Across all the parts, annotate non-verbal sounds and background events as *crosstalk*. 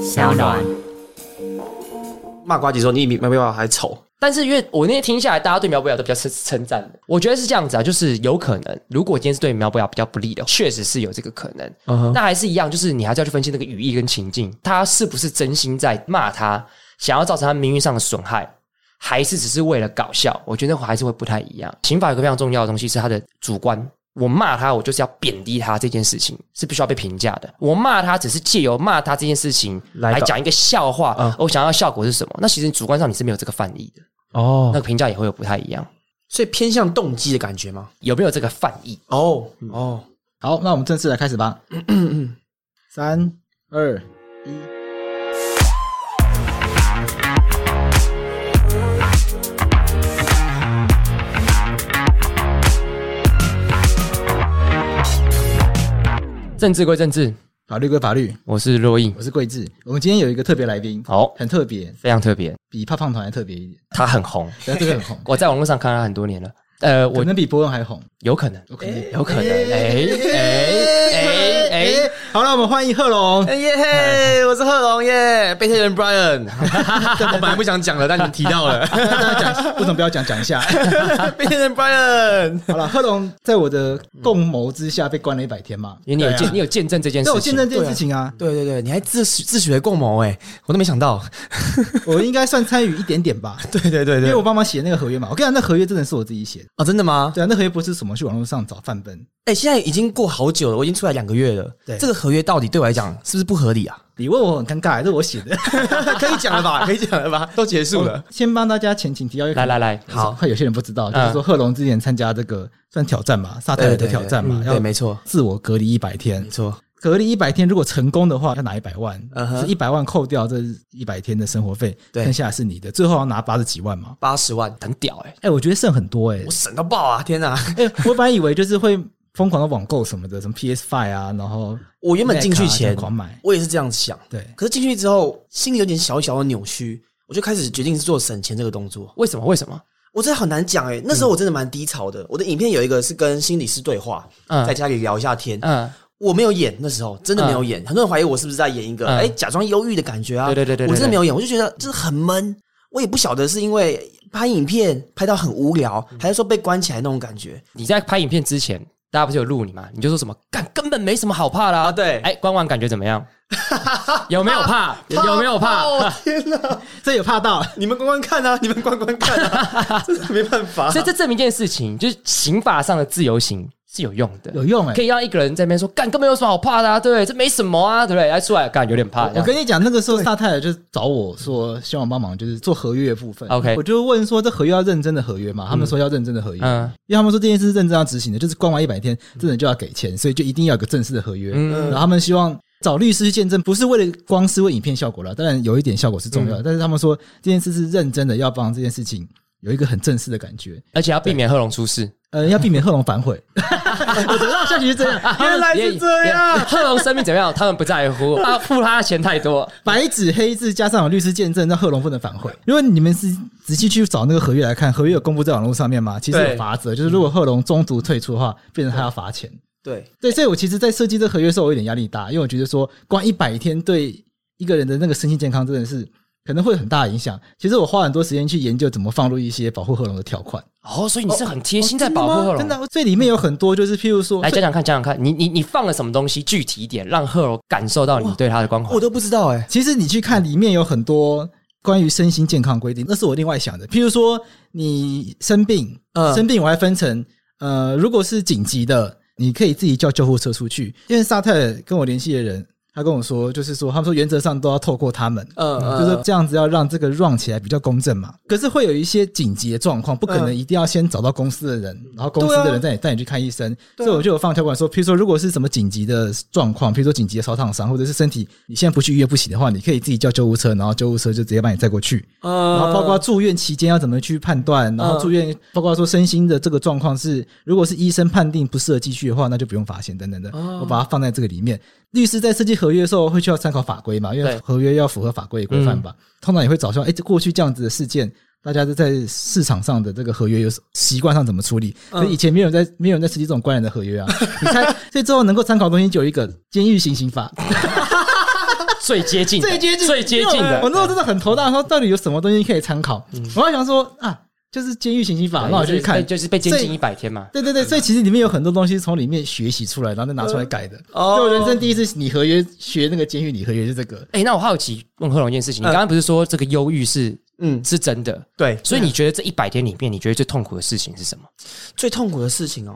小暖。骂瓜吉说你比苗苗还丑，但是因为我那天听下来，大家对苗博雅都比较称称赞的，我觉得是这样子啊，就是有可能，如果今天是对苗博雅比较不利的，确实是有这个可能。嗯那还是一样，就是你还是要去分析那个语义跟情境，他是不是真心在骂他，想要造成他名誉上的损害，还是只是为了搞笑？我觉得那会还是会不太一样。刑法有个非常重要的东西是他的主观。我骂他，我就是要贬低他这件事情是必须要被评价的。我骂他只是借由骂他这件事情来来搞讲一个笑话，哦嗯我想要效果是什么？那其实主观上你是没有这个犯意的。哦那，个评价也会有不太一样。所以偏向动机的感觉吗？有没有这个犯意？哦哦，好，那我们正式来开始 *coughs* 吧。三二一，政治归政治，法律归法律，我是若印，我是桂智。我们今天有一个特别来宾，好，很特别，非常特别，比胖胖团还特别一 *laughs* 点，他很红，但这个很红，我在网络上看他很多年了。呃，可我能比波恩还红。有可能，有可能，有可能，哎哎哎哎，好了，我们欢迎贺龙。哎耶嘿，我是贺龙耶，被推人 Brian，我 *laughs* 本来不想讲了，但你们提到了，大家讲，为什么不要讲讲 *laughs* 一下？被推人 Brian， *laughs* 好了，贺龙在我的共谋之下被关了一百天嘛，因为你有对啊见，你有见证这件事那情，我见证这件事情啊，对对对，你还自自学共谋哎，我都没想到， *laughs* 我应该算参与一点点吧，对对 *laughs* 对啊因 *laughs* 对为，我帮忙写那个合约嘛。我跟你讲，那合约真的是我自己写的。哦，真的吗？对啊，那合约不是什么去网络上找范本，哎，现在已经过好久了，我已经出来两个月了，对这个合约到底对我来讲是不是不合理 *laughs* 啊？你问我很尴尬，这是我写的。 *laughs* 可以讲了吧？可以讲了吧？都结束 *laughs* 了，先帮大家前情提要，来来来，好，嗯怕有些人不知道，就是说贺龙之前参加这个算挑战嘛，萨泰尔的挑战嘛，对，要没错，自我隔离一百天没，错，隔离一百天如果成功的话，要拿一百万嗯，哼是一百万扣掉这一百天的生活费，对剩下的是你的，最后要拿八十几万嘛。八十万，很屌哎，哎，我觉得剩很多哎我，省到爆啊！天哪！哎，我本来以为就是会疯狂的网购什么的，什么 PS Five 啊，然后我原本进去前 Mac 啊狂买，我也是这样想，对，可是进去之后，心里有点小小的扭曲，我就开始决定是做省钱这个动作。为什么？为什么？我真的很难讲哎、那时候我真的蛮低潮的。我的影片有一个是跟心理师对话，嗯在家里聊一下天，嗯，我没有演，那时候真的没有演，很多人怀疑我是不是在演一个嗯哎、假装忧郁的感觉啊。对对对对对我真的没有演，我就觉得就是很闷，我也不晓得是因为拍影片拍到很无聊，还是说被关起来那种感觉。你在拍影片之前，大家不是有录你吗？你就说什么干根本没什么好怕的啊？对哎，观完感觉怎么 *laughs* 样？有没有怕？有没有怕？ *laughs* 哦天哪！这有怕 *laughs* 到，你们观观看啊，你们观观看 *laughs* 啊，真的没办法。所以这证明一件事情，就是刑法上的自由行是有用的，有用哎可。以让一个人在那边说干根本有什么好怕的、啊，对不对？这没什么啊，对不对？来出来干有点怕。这我样跟你讲，那个时候萨泰尔就找我说，希望我帮忙，就是做合约的部分。 OK 我就问说，这合约要认真的合约吗？他们说要认真的合约，嗯因为他们说这件事是认真要执行的，就是关完一百天，真的就要给钱，所以就一定要有个正式的合约。嗯然后他们希望找律师去见证，不是为了光是为影片效果了，当然有一点效果是重要的，但是他们说这件事是认真的，要帮这件事情有一个很正式的感觉，而且要避免贺龙出事。呃，要避免贺龙反悔。 *laughs* 我知道下去是这样，原来是这别样。别贺龙生命怎么样，他们不在乎，他付他的钱太多。白纸黑字加上有律师见证，让贺龙不能反悔。如果你们是仔细去找那个合约来看，合约有公布在网络上面吗？其实有罚则，就是如果贺龙中途退出的话，变成他要罚钱。对，对，所以我其实，在设计这个合约的时候，我有点压力大，因为我觉得说，光一百天对一个人的那个身心健康真的是可能会有很大的影响。其实我花很多时间去研究怎么放入一些保护贺龙的条款，哦，所以你是很贴心在保护贺哦真的啊龙。吗，所以里面有很多就是譬如说，来讲啊讲看，讲讲看，你你你放了什么东西？具体一点，让贺龙感受到你对他的关怀我。都不知道哎、其实你去看里面有很多关于身心健康规定，那是我另外想的。譬如说你生病，嗯生病我还分成，呃，如果是紧急的，你可以自己叫救护车出去。因为沙特尔跟我联系的人，他跟我说，就是说他们说原则上都要透过他们。嗯嗯就是这样子，要让这个 run 起来比较公正嘛。可是会有一些紧急的状况，不可能嗯啊一定要先找到公司的人，然后公司的人带你带你去看医生。所以我就有放条款说，譬如说如果是什么紧急的状况，譬如说紧急的烧烫伤，或者是身体你现在不去医院不行的话，你可以自己叫救护车，然后救护车就直接把你载过去。嗯然后包括住院期间要怎么去判断，然后住院包括说身心的这个状况是，如果是医生判定不适合继续的话，那就不用罚钱等等的。我把它放在这个里面。律师在设计合约的时候会需要参考法规嘛，因为对合约要符合法规规范吧。通常也会找说，哎，这过去这样子的事件。大家都在市场上的这个合约有习惯上怎么处理？可是以前没有人在没有人在设计这种关联的 *laughs* 合约啊。你猜，所以最后能够参考的东西就有一个监狱行刑法，最接近的、最接近、最接近因为的。嗯我那时候真的很头大，说到底有什么东西可以参考？我还想说啊，就是监狱刑刑法，对那我就去哎就是看。就是被监所禁以一百天嘛。对对对，所以其实里面有很多东西从里面学习出来，然后再拿出来改的。哦哦，就我人生第一次拟合约学那个监狱拟合约是这个，哎、那我好奇问贺龙一件事情，你刚刚不是说这个忧郁是嗯，是真的？对，所以你觉得这一百天里面，你觉得最痛苦的事情是什么？最痛苦的事情哦，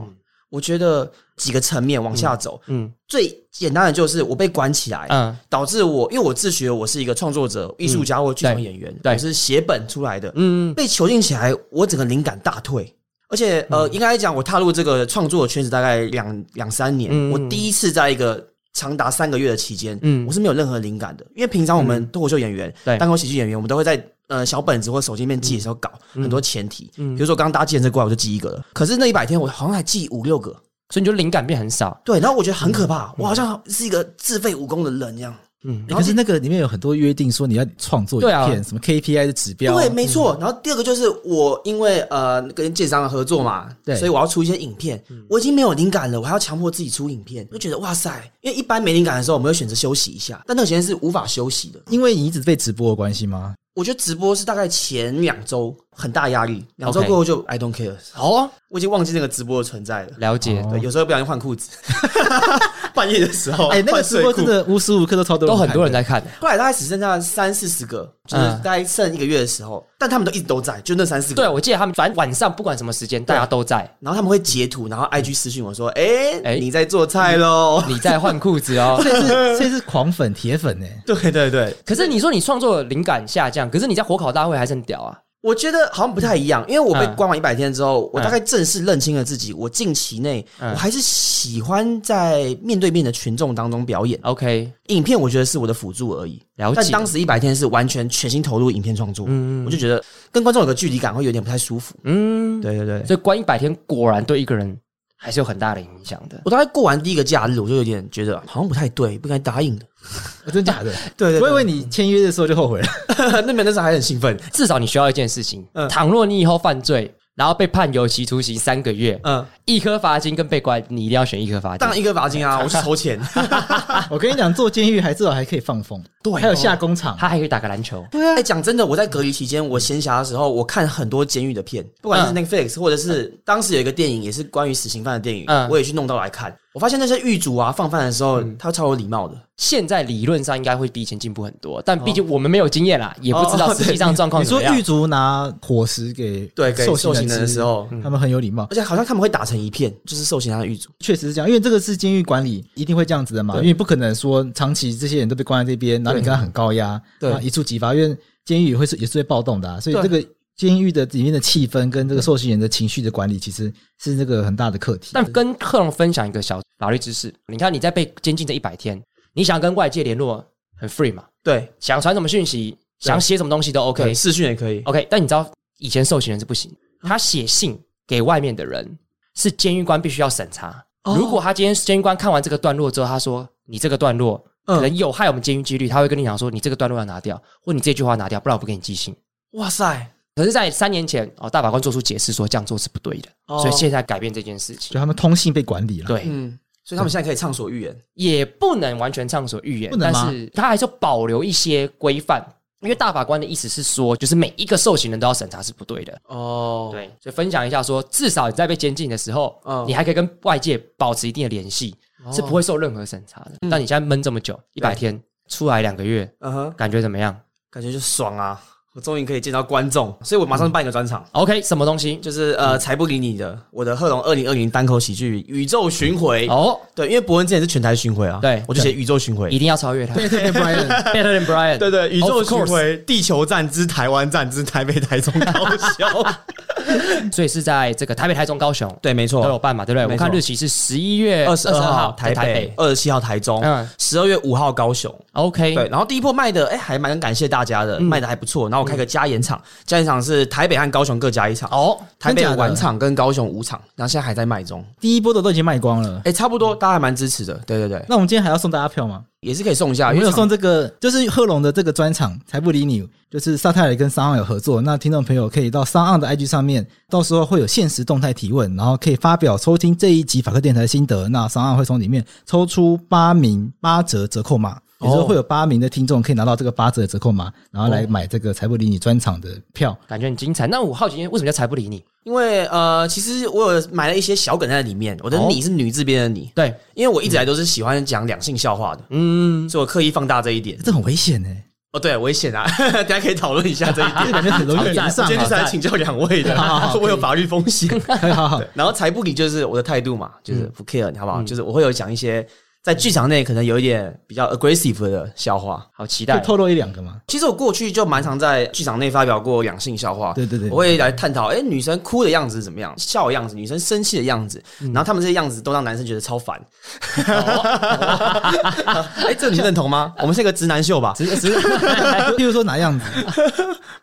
我觉得几个层面往下走，嗯最简单的就是我被关起来，嗯导致我因为我自学，我是一个创作者、艺术家或剧场演员，对我是写本出来的，嗯，被囚禁起来，我整个灵感大退。而且，嗯呃，应该讲，我踏入这个创作圈子大概两两三年，嗯我第一次在一个长达三个月的期间，嗯我是没有任何灵感的，因为平常我们脱口秀演员、对单口喜剧演员，我们都会在呃小本子或手机里面记的时候搞很多前提，比如说我刚搭计程车过来，我就记一个了，可是那一百天我好像还记五六个，所以你就灵感变很少。对，然后我觉得很可怕，我好像是一个自废武功的人一样，嗯，然后可是那个里面有很多约定，说你要创作对啊影片，什么 KPI 的指标，对，没错。然后第二个就是我因为呃跟建商的合作嘛，对所以我要出一些影片，我已经没有灵感了，我还要强迫自己出影片，就觉得哇塞，因为一般没灵感的时候，我们会选择休息一下，但那个时间是无法休息的。因为你一直被直播的关系吗？我觉得直播是大概前两周很大压力，两周 OK 过后就 I don't care，好啊，我已经忘记那个直播的存在了。了解，哦对，有时候不小心换裤子， *laughs* 半夜的时哦候，哎，那个换直睡播裤真的无时无刻都超多，都很多人。在看。后来大概只剩下三四十个，就是嗯大概剩一个月的时候，但他们都一直都在，就那三四个。对，啊我记得他们反正晚上不管什么时间，大家都 *laughs* 在。然后他们会截图，然后 IG 私讯我说：“哎、哎你在做菜 *laughs* 喽你在换裤子 *laughs* 哦。这是这是狂粉铁粉欸呢、？”对对对，可是你说你创作灵感下降，可是你在火烤大会还是很屌啊。我觉得好像不太一样，因为我被嗯关完一百天之后，我嗯大概正式认清了自己，我近期内、嗯我还是喜欢在面对面的群众当中表演， OK，影片我觉得是我的辅助而已。了解但当时一百天是完全全心投入影片创作，嗯我就觉得跟观众有个距离感，会有点不太舒服。嗯，对对对，所以关一百天果然对一个人还是有很大的影响的。我大概过完第一个假日，我就有点觉得好像不太对，不该答应的。 *laughs* 哦真 *laughs* 假的？对我以为你签约的时候就后悔了。那边那时候还很兴 *laughs* 奋，至少你学到一件事情：嗯倘若你以后犯罪，然后被判有期徒刑三个月，嗯，一颗罚金跟被关，你一定要选一颗罚金当。然一个罚金 *laughs* 啊，我去筹钱。 *laughs* 我跟你讲，做监狱还至少还可以放风，对，还有下工厂。他还可以打个篮球，对啊，哎，讲真的，我在隔离期间，我闲暇的时候，我看很多监狱的片，不管是 Netflix 或者是当时有一个电影，也是关于死刑犯的电影嗯，我也去弄到来看。我发现那些狱卒啊，放饭的时候，他超有礼貌的。现在理论上应该会比以前进步很多，但毕竟我们没有经验啦，哦也不 *laughs* 知道实际上状况哦你怎么说样狱。卒拿伙食给对给受刑刑人人的吃嗯时候他们很有礼貌，而且好像他们会打成一片，就是受刑他的狱卒。确实是这样。因为这个是监狱管理一定会这样子的嘛，对因为不可能说长期这些人都被关在这边，然后你跟他很高压，对然后一触即发。因为监狱也会是也是会暴动的、啊，所以对这个监狱的里面的气氛跟这个受刑人的情绪的管理，其实是这个很大的课题。但跟克隆分享一个小法律知识，你看你在被监禁这一百天，你想跟外界联络很 free 嘛，对想传什么讯息，想写什么东西都 OK 对，。视讯也可以。 OK，但你知道以前受刑人是不行，他写信给外面的人是监狱官必须要审查。如果他今天监狱官看完这个段落之后，他说你这个段落可能有害我们监狱纪律，他会跟你讲说你这个段落要拿掉，或你这句话拿掉，不然我不给你寄信。哇塞，可是，在三年前哦，大法官做出解释说这样做是不对的，哦所以现在改变这件事情，就他们通信被管理了，对，嗯，所以他们现在可以畅所欲言。也不能完全畅所欲言不，能但吗是他还是要保留一些规范，因为大法官的意思是说，就是每一个受刑人都要审查是不对的，哦，对，所以分享一下说，至少你在被监禁的时候，嗯哦你还可以跟外界保持一定的联系，是不会受任何审查的。但你现在闷这么久，一百天出来两个月，嗯哼，感觉怎么样感觉就爽啊！我终于可以见到观众，所以我马上办一个专场。 ？OK，什么东西？就是呃，才不理你的，我的贺龙二零二零单口喜剧宇宙巡回。哦，对，因为伯恩之前是全台巡回啊，对我就写宇宙巡回一。定要超 *laughs* 越他对 Brian， *laughs* ，Better than Brian。对对，宇宙 Of 巡 course 回，地球站之台湾站之台北、台中、高雄。所以是在这个台北、台中、高雄 *laughs* 对，没都有错，办嘛，对不对？哦没我错看日期是十一月二十二号在台北，二十七号台中嗯，十二月五号高雄。嗯 OK，对，然后第一波卖的，哎，还蛮感谢大家的，卖的还不错。然后嗯我开个加演场，加演场是台北和高雄各加一场，哦，台北真假的晚场跟高雄五场，然后现在还在卖中。第一波的都已经卖光了。哎，差不多，大家还蛮支持的。对对对，嗯那我们今天还要送大家票吗？也是可以送一下，我因们有为场送这个，就是贺龙的这个专场才不理你，就是萨泰尔跟商岸有合作。那听众朋友可以到商岸的 IG 上面，到时候会有限时动态提问，然后可以发表收听这一集法克电台的心得。那商岸会从里面抽出八名八折折扣码，比如说会有八名的听众可以拿到这个八折的折扣码，然后来买这个财不理你专场的票。感觉很精彩。那我好奇，为什么叫才不理你？因为呃，其实我有埋了一些小梗在里面。我的哦“你”是女字边的“你”，对，因为我一嗯直来都是喜欢讲两性笑话的，嗯，所以我刻意放大这一点。这很危险呢、哦，对，危险啊！ *laughs* 大家可以讨论一下这一点。感觉 *laughs* 很容易被连上今天就是啊。来请教两位的，好 *laughs* 好好会不会有法律风险？好好，然后财不理就是我的态度嘛，就是不 care 你好不好？就是我会有讲一些在剧场内可能有一点比较 aggressive 的笑话。好期就待。透露一两个嘛。其实我过去就蛮常在剧场内发表过两性笑话，对对对我会来探讨，哎，女生哭的样子是怎么样，笑的样子，女生生气的样子，然后他们这些样子都让男生觉得超烦。哦 *laughs* 哎，这你认同吗？ *laughs* 我们是一个直男秀吧？只是只是譬如说哪样子？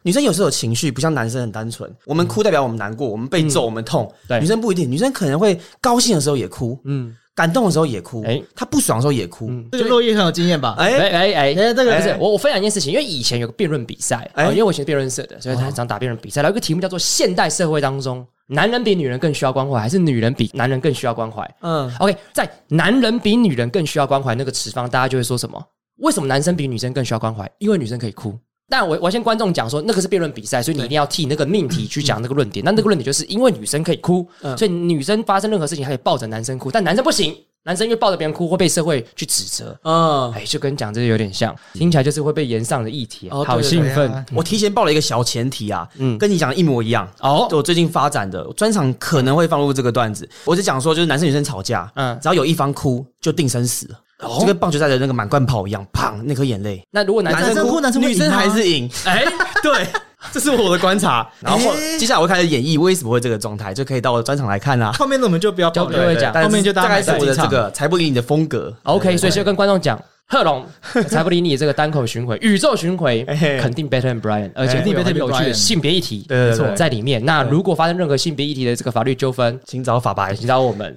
女生有时候有情绪，不像男生很单纯。我们哭代表我们难过，我们被揍，我们痛。对女生不一定，女生可能会高兴的时候也哭，嗯，感动的时候也哭，哎她不爽的时候也哭。这个落叶很有经验吧？ *laughs* 哎、哎哎哎，嗯哎这个不是哎我我分享一件事情，因为以前有个辩论比赛，哎哦呃因为我以前是辩论社的，所以他很常打辩论比赛。然后有一个题目叫做“现代社会当中，男人比女人更需要关怀，还是女人比男人更需要关怀嗯，”。 OK，在男人比女人更需要关怀那个词方，大家就会说什么？为什么男生比女生更需要关怀？因为女生可以哭。但我我要先观众讲说，那个是辩论比赛，所以你一定要替那个命题去讲那个论点。那那个论点就是因为女生可以哭，所以女生发生任何事情还可以抱着男生哭，但男生不行，男生因为抱着别人哭会被社会去指责。嗯，哎，就跟讲这个有点像，听起来就是会被延上的议题啊，哦对好对兴对奋啊我提前报了一个小前提啊，嗯嗯，跟你讲的一模一样。哦就我最近发展的专场可能会放入这个段子，我就讲说，就是男生女生吵架，嗯嗯，只要有一方哭，就定生死了，就跟棒球赛的那个满贯炮一样，砰，那颗眼泪，那如果男生生哭男生会女赢生吗还是赢，哎， *laughs* 对，这是我的观察。然后后接下来我会开始演绎为什么会这个状态，就可以到我的专场来看啦、 *laughs* 后面的我们就不要就爆不料会了，讲但后是面就大大家概买是我的这个才不理你的风格。 OK，所以就跟观众讲，*laughs* 贺龙才不理你这个单口巡回、宇宙巡回哎，嘿肯定 Better than Brian，而且肯定会有 better 很 than 有趣的 Brian 性别议题，对对没错对在里面。那如果发生任何性别议题的这个法律纠纷，请找法白，请找 *laughs* 我们。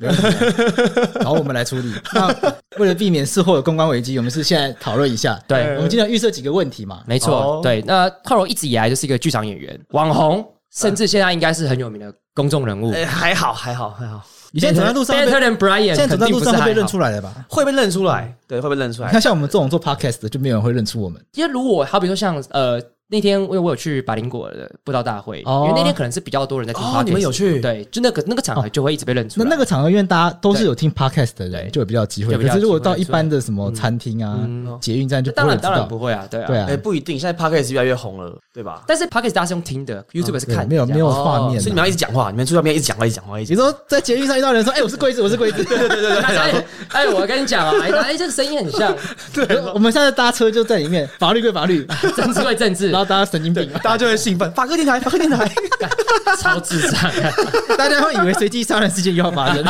然后我们来处理。 *laughs* 那为了避免事后的公关危机，我们是现在讨论一下。对我，们经常预设几个问题嘛，没错哦，对。那贺龙一直以来就是一个剧场演员、网哎红，甚至现在应该是很有名的公众人物。哎、还好，还好，还好，你现在走在路上会被， Better than Brian，现在走在路上肯定不是会被认还好出来了吧？会被认出来，对，会被认出你来。看，像我们这种做 podcast 的，就没有人会认出我们。因为如果好比说像呃那天因为我有去百灵果的布道大会，哦因为那天可能是比较多人在听 podcast，哦你们有去对，就那个那个场哦合就会一直被认出那来。那个场合，因为大家都是有听 podcast 的对人，就有比较有机会。就比较可有是如果机会到一般的什么餐厅啊嗯、捷运站，就不当会然知当然道不。会啊，对啊，对啊哎、，不一定，现在 podcast 越来越红了，对吧？但是 podcast 大家是用听的，YouTube 哦哦是对看，没有这没样有画面所以啊。你们要一直讲话，你们出照片一直讲话，一直讲话，一直你讲说在捷运上遇到人 *laughs* 说：“哎，我是龟子，我是龟子。”大家也哎，我跟你讲啊，哎哎，这个声音 *laughs* 很像我们现在搭车就在里面，法律归法 *laughs* 律，政治归政治然，后大家神经病，话，大家就会兴奋。法科电台，法科电台，超智障。 *laughs* *laughs* 大家会以为随机杀人事件又要发生。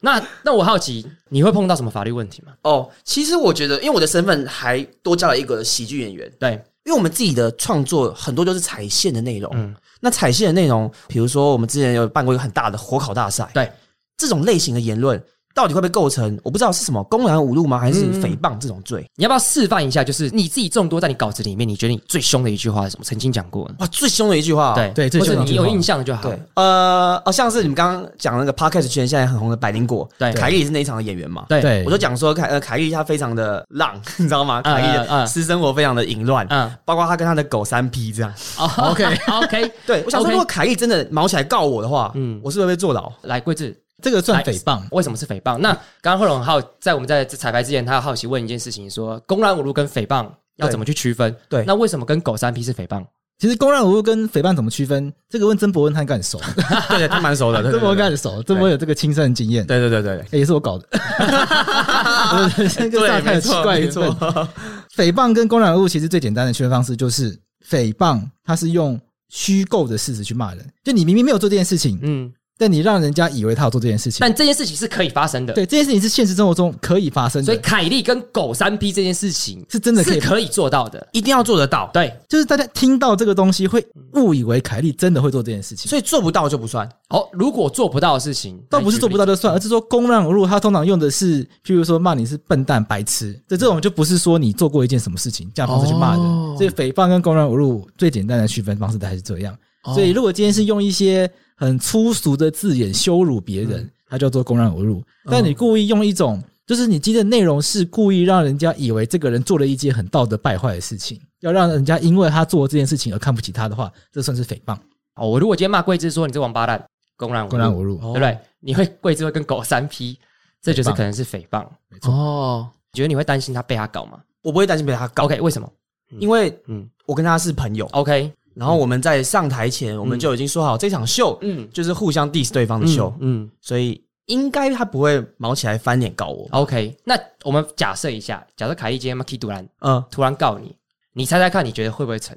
那那我好奇，你会碰到什么法律问题吗？ *laughs* 哦，其实我觉得，因为我的身份还多加了一个喜剧演员，对，因为我们自己的创作很多都是踩线的内容。嗯嗯，那踩线的内容，比如说我们之前有办过一个很大的火烤大赛，对这种类型的言论，到底会不会构成我不知道是什么公然侮辱吗，还是诽谤这种罪？你要不要示范一下？就是你自己众多在你稿子里面，你觉得你最凶的一句话是什么？曾经讲过的，哇，最凶的一句话、哦，对对最或凶者的一你句话有印象就好。对，呃，哦，像是你们刚刚讲那个 podcast 圈现在很红的百灵果，对凯莉也是那一场的演员嘛。对对我就讲说凯呃凯莉她非常的浪， *laughs* 你知道吗？凯莉嗯嗯的私生活非常的淫乱，嗯包括她跟她的狗三 P 这样。 OK *laughs* OK，对，我想说， OK 如果凯莉真的毛起来告我的话，嗯嗯，我是不是会被坐牢？ *laughs* 来桂智，这个算诽谤，为什么是诽谤？那刚刚贺龙浩在我们在彩排之前，他好奇问一件事情说公然侮辱跟诽谤要怎么去区分？对那为什么跟狗三 P 是诽谤？其实公然无故跟诽谤怎么区分？这个问曾伯恩他应该很熟，对对，他蛮熟 *laughs* 的，曾对对伯对恩应该很熟，曾伯恩有这个亲身经验，哎对对对对对，也是我搞的。 *laughs* 我的人生跟大对，太没有奇错怪没缘分。错，诽谤跟公然侮辱其实最简单的区分方式就是，诽谤它是用虚构的事实去骂人，就你明明没有做这件事情，嗯，但你让人家以为他有做这件事情。但这件事情是可以发生的，对，这件事情是现实生活中可以发生所以的，凯莉跟狗三 P 这件事情是真的可是以。可以做到的。 *laughs* 一定要做得到，对，就是大家听到这个东西会误以为凯莉真的会做这件事情，所以做不到就不算。好，如果做不到的事情，倒不是做不到就算，而是说公然侮辱，他通常用的是，譬如说骂你是笨蛋、白痴，这这种就不是说你做过一件什么事情这样的方式去骂人。哦所以诽谤跟公然侮辱最简单的区分方式还是这样。所以如果今天是用一些很粗俗的字眼羞辱别人，它叫做公然侮辱；但你故意用一种。就是你今天的内容是故意让人家以为这个人做了一件很道德败坏的事情，要让人家因为他做这件事情而看不起他的话，这算是诽谤，哦，我如果今天骂桂枝说你这王八蛋，公然公然侮侮辱，辱，对不对？你会桂枝会跟狗三 P，这就是诽谤可能是诽谤。没错。哦，你觉得你会担心他被他搞吗我不会担心被他搞， ？OK，为什么？因为嗯我跟他是朋友。 ，OK，然后我们在上台前，我们就已经说好这场秀嗯，就是互相 diss 对方的秀，嗯所以应该他不会毛起来翻脸告我。 ，OK。那我们假设一下，假设凯莉今天 Maki 突然嗯，突然告你，你猜猜看，你觉得会不会成？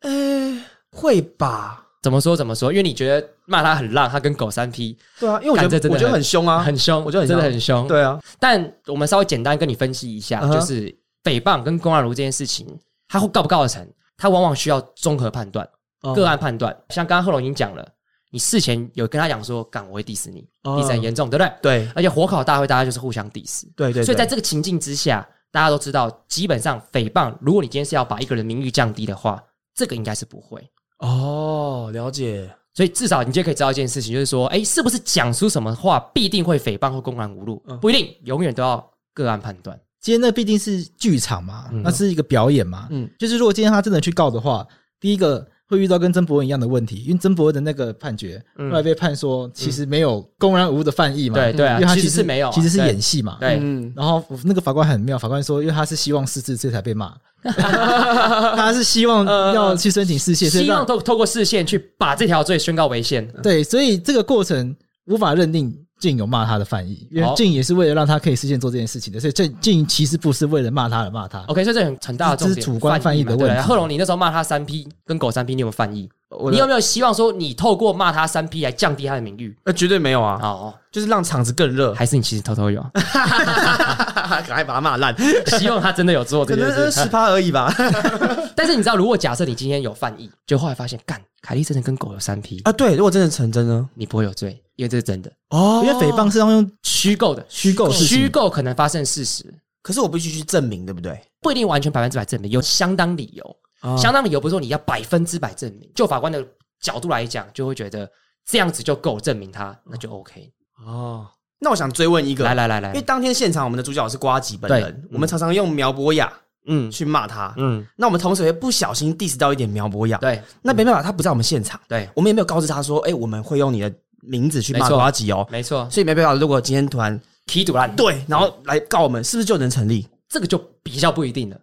哎，会吧？怎么说怎么说？因为你觉得骂他很浪，他跟狗三 P 对啊，因为我觉干这得真的我觉得很很凶啊，很凶，我觉得很真的像很凶。，对啊，但我们稍微简单跟你分析一下，嗯哼就是诽谤跟公然如这件事情，它会告不告得成，它往往需要综合判断、嗯个案判断。像刚刚贺龙已经讲了，你事前有跟他讲说，干我会 diss 你嗯，diss 很严重，对不对？对而且火烤大会大家就是互相 diss，对对，所以在对这个情境之下，大家都知道，基本上诽谤，如果你今天是要把一个人的名誉降低的话，这个应该是不会。哦，了解，所以至少你今天可以知道一件事情，就是说，哎，是不是讲出什么话必定会诽谤或公然侮辱？嗯不一定，永远都要个案判断。今天那毕竟是剧场嘛，嗯那是一个表演嘛，嗯就是如果今天他真的去告的话，第一个会遇到跟曾博文一样的问题，因为曾博文的那个判决后嗯来被判说其实没有公然侮辱的犯意嘛，对对啊因为他其实实是没有啊其实是对演戏嘛，对嗯然后那个法官很妙，法官说，因为他是希望失智，所以才被 *laughs* 骂，他是希望要去申请失窃，所以呃希望让透透过视线去把这条罪宣告违宪。对，所以这个过程无法认定。静有骂他的犯意，因好为静也是为了让他可以实现做这件事情的，所以这静其实不是为了骂他而骂他， OK，所以这很很大的这是重点，主观翻译的嘛对不对问题贺龙，你那时候骂他三 P 跟狗三 P，你有没有翻译？我你你有有没有希望说你透过骂他三 P 来降低他的名誉？呃绝对没有啊，哦，就是让场子 *laughs* 更热，还是你其实偷 *laughs* 偷有，赶快把他骂烂，希望他真的有做这 *laughs* 可能件是事呃十。趴而已 *laughs* 吧。但是你知道，如果假设你今天有犯意，就后来发现，干，凯莉真的跟狗有三 P，啊，对，如果真的成真呢？你不会有罪，因为这是真的，哦因为诽谤，是要用虚构的，虚构的事情虚构可能发生的事实，可是我必须去证明，对不对？不一定完全百分之百证明，有相当理由。啊相当理由不是说你要百分之百证明，就法官的角度来讲，就会觉得这样子就够证明他，那就 OK。哦，那我想追问一个，来来来因为来，当天现场我们的主角是瓜吉本人对，我们常常用苗博雅嗯去骂他，嗯，那我们同时也不小心 diss 到一点苗博雅，对那没办法，他不在我们现场，对，我们也没有告知他说，哎，我们会用你的名字去没骂错瓜吉哦，没错，所以没办法，如果今天突然提堵烂，对，然后来告我们，是不是就能成立？这个就比较不一定了，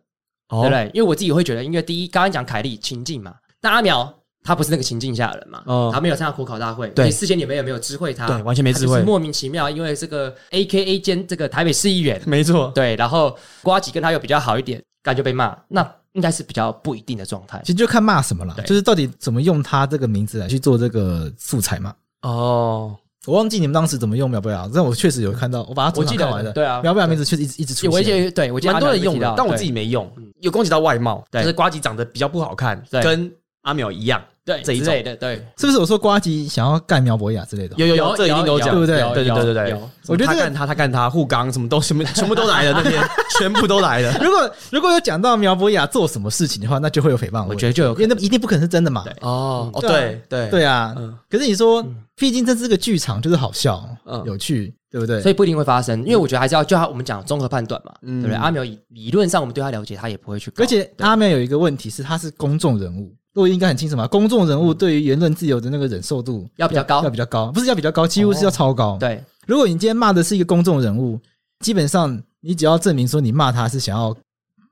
哦对不对？因为我自己会觉得，因为第一，刚刚讲凯莉情境嘛，但阿苗他不是那个情境下的人嘛，哦他没有参加国考大会，对你事先你们也没有知会他，对完全没他智就是慧莫名其妙，因为这个 A K A 兼这个台北市议员，没错，对，然后瓜吉跟他又比较好一点，感觉被骂，那应该是比较不一定的状态其。实就看骂什么了对，就是到底怎么用他这个名字来去做这个素材嘛。哦，我忘记你们当时怎么用苗博雅，但我确实有看到，我把它我记整得场看完了。对啊苗博雅名字确实一直一直有出我记现。得，对我记得蛮多人阿苗有用提的到，但我对自己没用，有攻击到外貌，对就是瓜吉长得比较不好看，对跟阿淼一样，对这一之种类的，对是不是我说瓜吉想要干苗博雅之类的？有有有，这一定都有讲，对不对有对对有对对对有，我觉得他这个干他，他干他，护刚什么都什么 *laughs* 全部都来了，那边全部都来了。如果如果有讲到苗博雅做什么事情的话，那就会有诽谤。我觉得就有因为那一定不可能是真的嘛。对哦哦，对对对对，啊嗯，可是你说，毕竟这是个剧场，就是好笑嗯、有趣，对不对？所以不一定会发生，因为我觉得还是要就他我们讲综合判断嘛，对嗯不对？阿苗以理论上我们对他了解，他也不会去告，而且阿妹有一个问题是，她是公众人物，我应该很清楚嘛。公众人物嗯对于言论自由的那个忍受度要比较高要比较高，不是要比较高，几乎是要超高。，哦对如果你今天骂的是一个公众人物，基本上你只要证明说你骂他是想要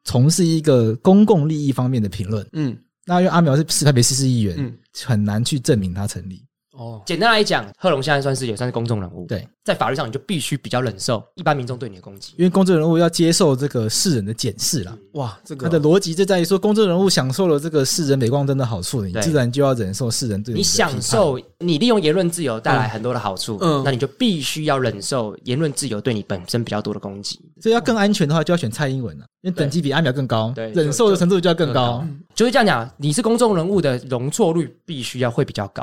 从事一个公共利益方面的评论，嗯那因为阿苗是是台北市市议员，嗯很难去证明他成立。哦简单来讲，贺龙现在算是也算是公众人物，对，在法律上你就必须比较忍受一般民众对你的攻击，因为公众人物要接受这个世人的检视啦，嗯哇，这他个的逻辑就在于说，公众人物享受了这个世人镁光灯的好处，你对自然就要忍受世人对你的批享判受你利用言论自由带来很多的好处，嗯那你就必须要忍受言论自由对你本身比较多的攻击，所以要更安全的话，就要选蔡英文了，啊因为等级比阿苗更高，对忍受的程度就要更高。就是这样讲，你是公众人物的容错率必须要会比较高。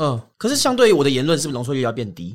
嗯，可是相对于我的言论，是不是容错率要变低？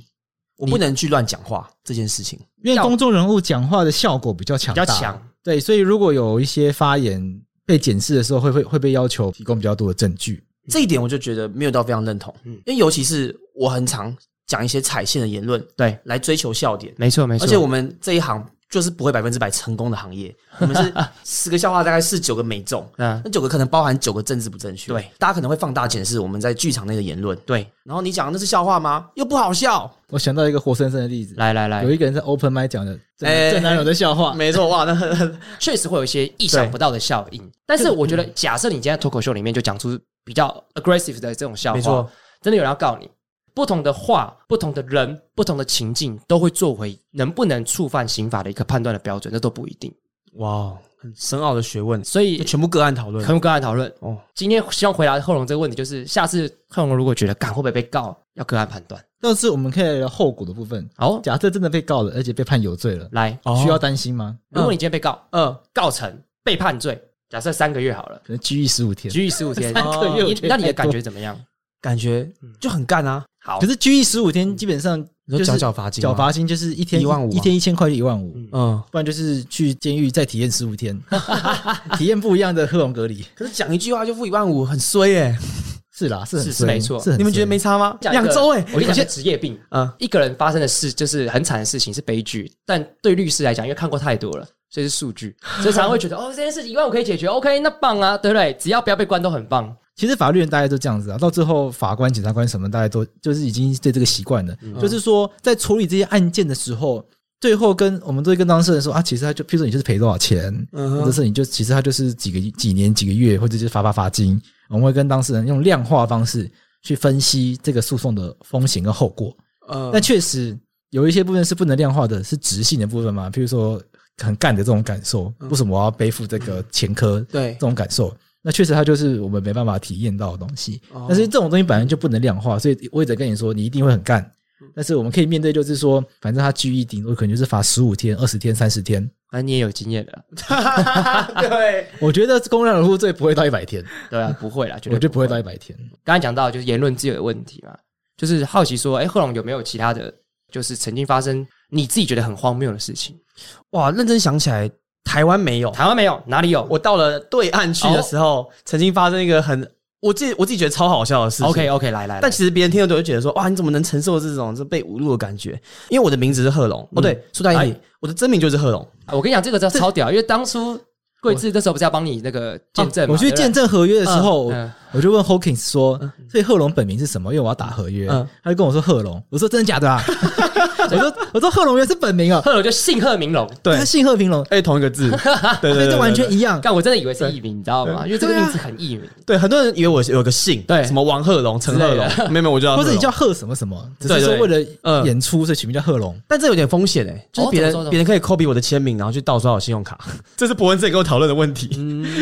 我不能去乱讲话这件事情。因为公众人物讲话的效果比较强，比较强。对，所以如果有一些发言被检视的时候，会会会被要求提供比较多的证据。这一点我就觉得没有到非常认同，嗯因为尤其是我很常讲一些踩线的言论对，来追求笑点，没错没而且我们这一行就是不会百分之百成功的行业。我们是十个笑话，大概是九个没中，嗯那九个可能包含九个政治不正确。对，大家可能会放大检视我们在剧场内的言论。对，然后你讲的那是笑话吗？又不好笑。我想到一个活生生的例子，来来来有，一个人在 open mic 讲的正哎正男友的笑话，没错，哇，那确实会有一些意想不到的效应。但是我觉得，嗯假设你今天在脱口秀里面就讲出比较 aggressive 的这种笑没话错，真的有人要告你。不同的话、不同的人、不同的情境，都会作为能不能触犯刑法的一个判断的标准，这都不一定。哇，很深奥的学问，所以就全部个案讨论可。以跟案讨论。哦，今天希望回答贺龙这个问题，就是下次贺龙如果觉得干会不会被告，要个案判断。倒是我们可以来聊后果的部分。好，假设真的被告了，而且被判有罪了，来，哦需要担心吗？如果你今天被告，呃嗯，告成被判罪，假设三个月好了，可能拘役十五天，拘役十五天，哦三个月你我觉得那你的太感多觉怎么样？感觉就很干啊。好可，是拘役十五天基本上就你说是缴缴罚金，缴，罚金就是一天15,000一天一千块就一万五，嗯嗯。不然就是去监狱再体验十五 *laughs* 天，体验不一样的克隆隔离。可是讲一句话就付一万五，很衰耶、是啦，是很是是衰没错是很你们觉得衰没差吗？讲一个两周欸哎，我跟你而讲且个职业病。啊嗯，一个人发生的事就是很惨的事情，是悲剧。但对律师来讲，因为看过太多了，所以是数据，所以常常会觉 *laughs* 得哦，这件事情一万五可以解决，OK，那棒啊，对不对？只要不要被关都很棒。其实法律人大概都这样子啊，到最后法官、检察官什么，大概都就是已经对这个习惯了。就是说，在处理这些案件的时候，最后跟我们都会跟当事人说啊，其实他就，譬如说你就是赔多少钱，嗯或者是你就其实他就是几个几年、几个月，或者就是罚罚罚金。我们会跟当事人用量化方式去分析这个诉讼的风险跟后果。呃那确实有一些部分是不能量化的，是直性的部分嘛，譬如说很干的这种感受，为什么我要背负这个前科？对这种感受。那确实，它就是我们没办法体验到的东西。哦但是这种东西本来就不能量化，所以我也得跟你说，你一定会很干。嗯但是我们可以面对，就是说，反正他拘役顶多可能就是罚十五天、二十天、三十天。反正啊你也有经验的啦，对，我觉得公然袒护罪不会到一百天，对 *laughs* 啊，不会啦，绝我觉对得不会到。到一百天。刚才讲到就是言论自由的问题嘛，就是好奇说，哎，贺龙有没有其他的，就是曾经发生你自己觉得很荒谬的事情？哇，认真想起来，台湾没有。台湾没有，哪里有？我到了对岸去的时候，曾经发生一个很我自己我自己觉得超好笑的事情。 OK OK，来来来，但其实别人听了都会觉得说，哇，你怎么能承受这种这被侮辱的感觉？因为我的名字是贺龙，哦，对，说到一起，我的真名就是贺龙。我跟你讲，这个真的超屌，因为当初桂志那时候不是要帮你那个见证哦嘛，我去对不对见证合约的时候，嗯嗯嗯我就问 Hawkins 说：“所以贺龙本名是什么？因为我要打合约。嗯他就跟我说：“贺龙。”我说：“真的假的 *laughs* 啊？”我说：“我说贺龙原来是本名啊，贺龙就姓贺名龙，对他姓贺平龙，哎，同一个 *laughs* 字，对对所以对，这完对全一样。”但我真的以为是艺名，你知道吗？因为这个名字很艺名，对，很多人以为我是有个姓，对什么王贺龙、陈贺之龙，没有没有，我叫贺或龙者你叫，贺什么什么，只是对说对为了演出所以取名叫贺龙。但这有点风险哎、就是别哦人怎么说怎么说别人可以 copy 我的签名，然后去盗刷我信用卡， *laughs* 这是伯恩自己跟我讨论的问题，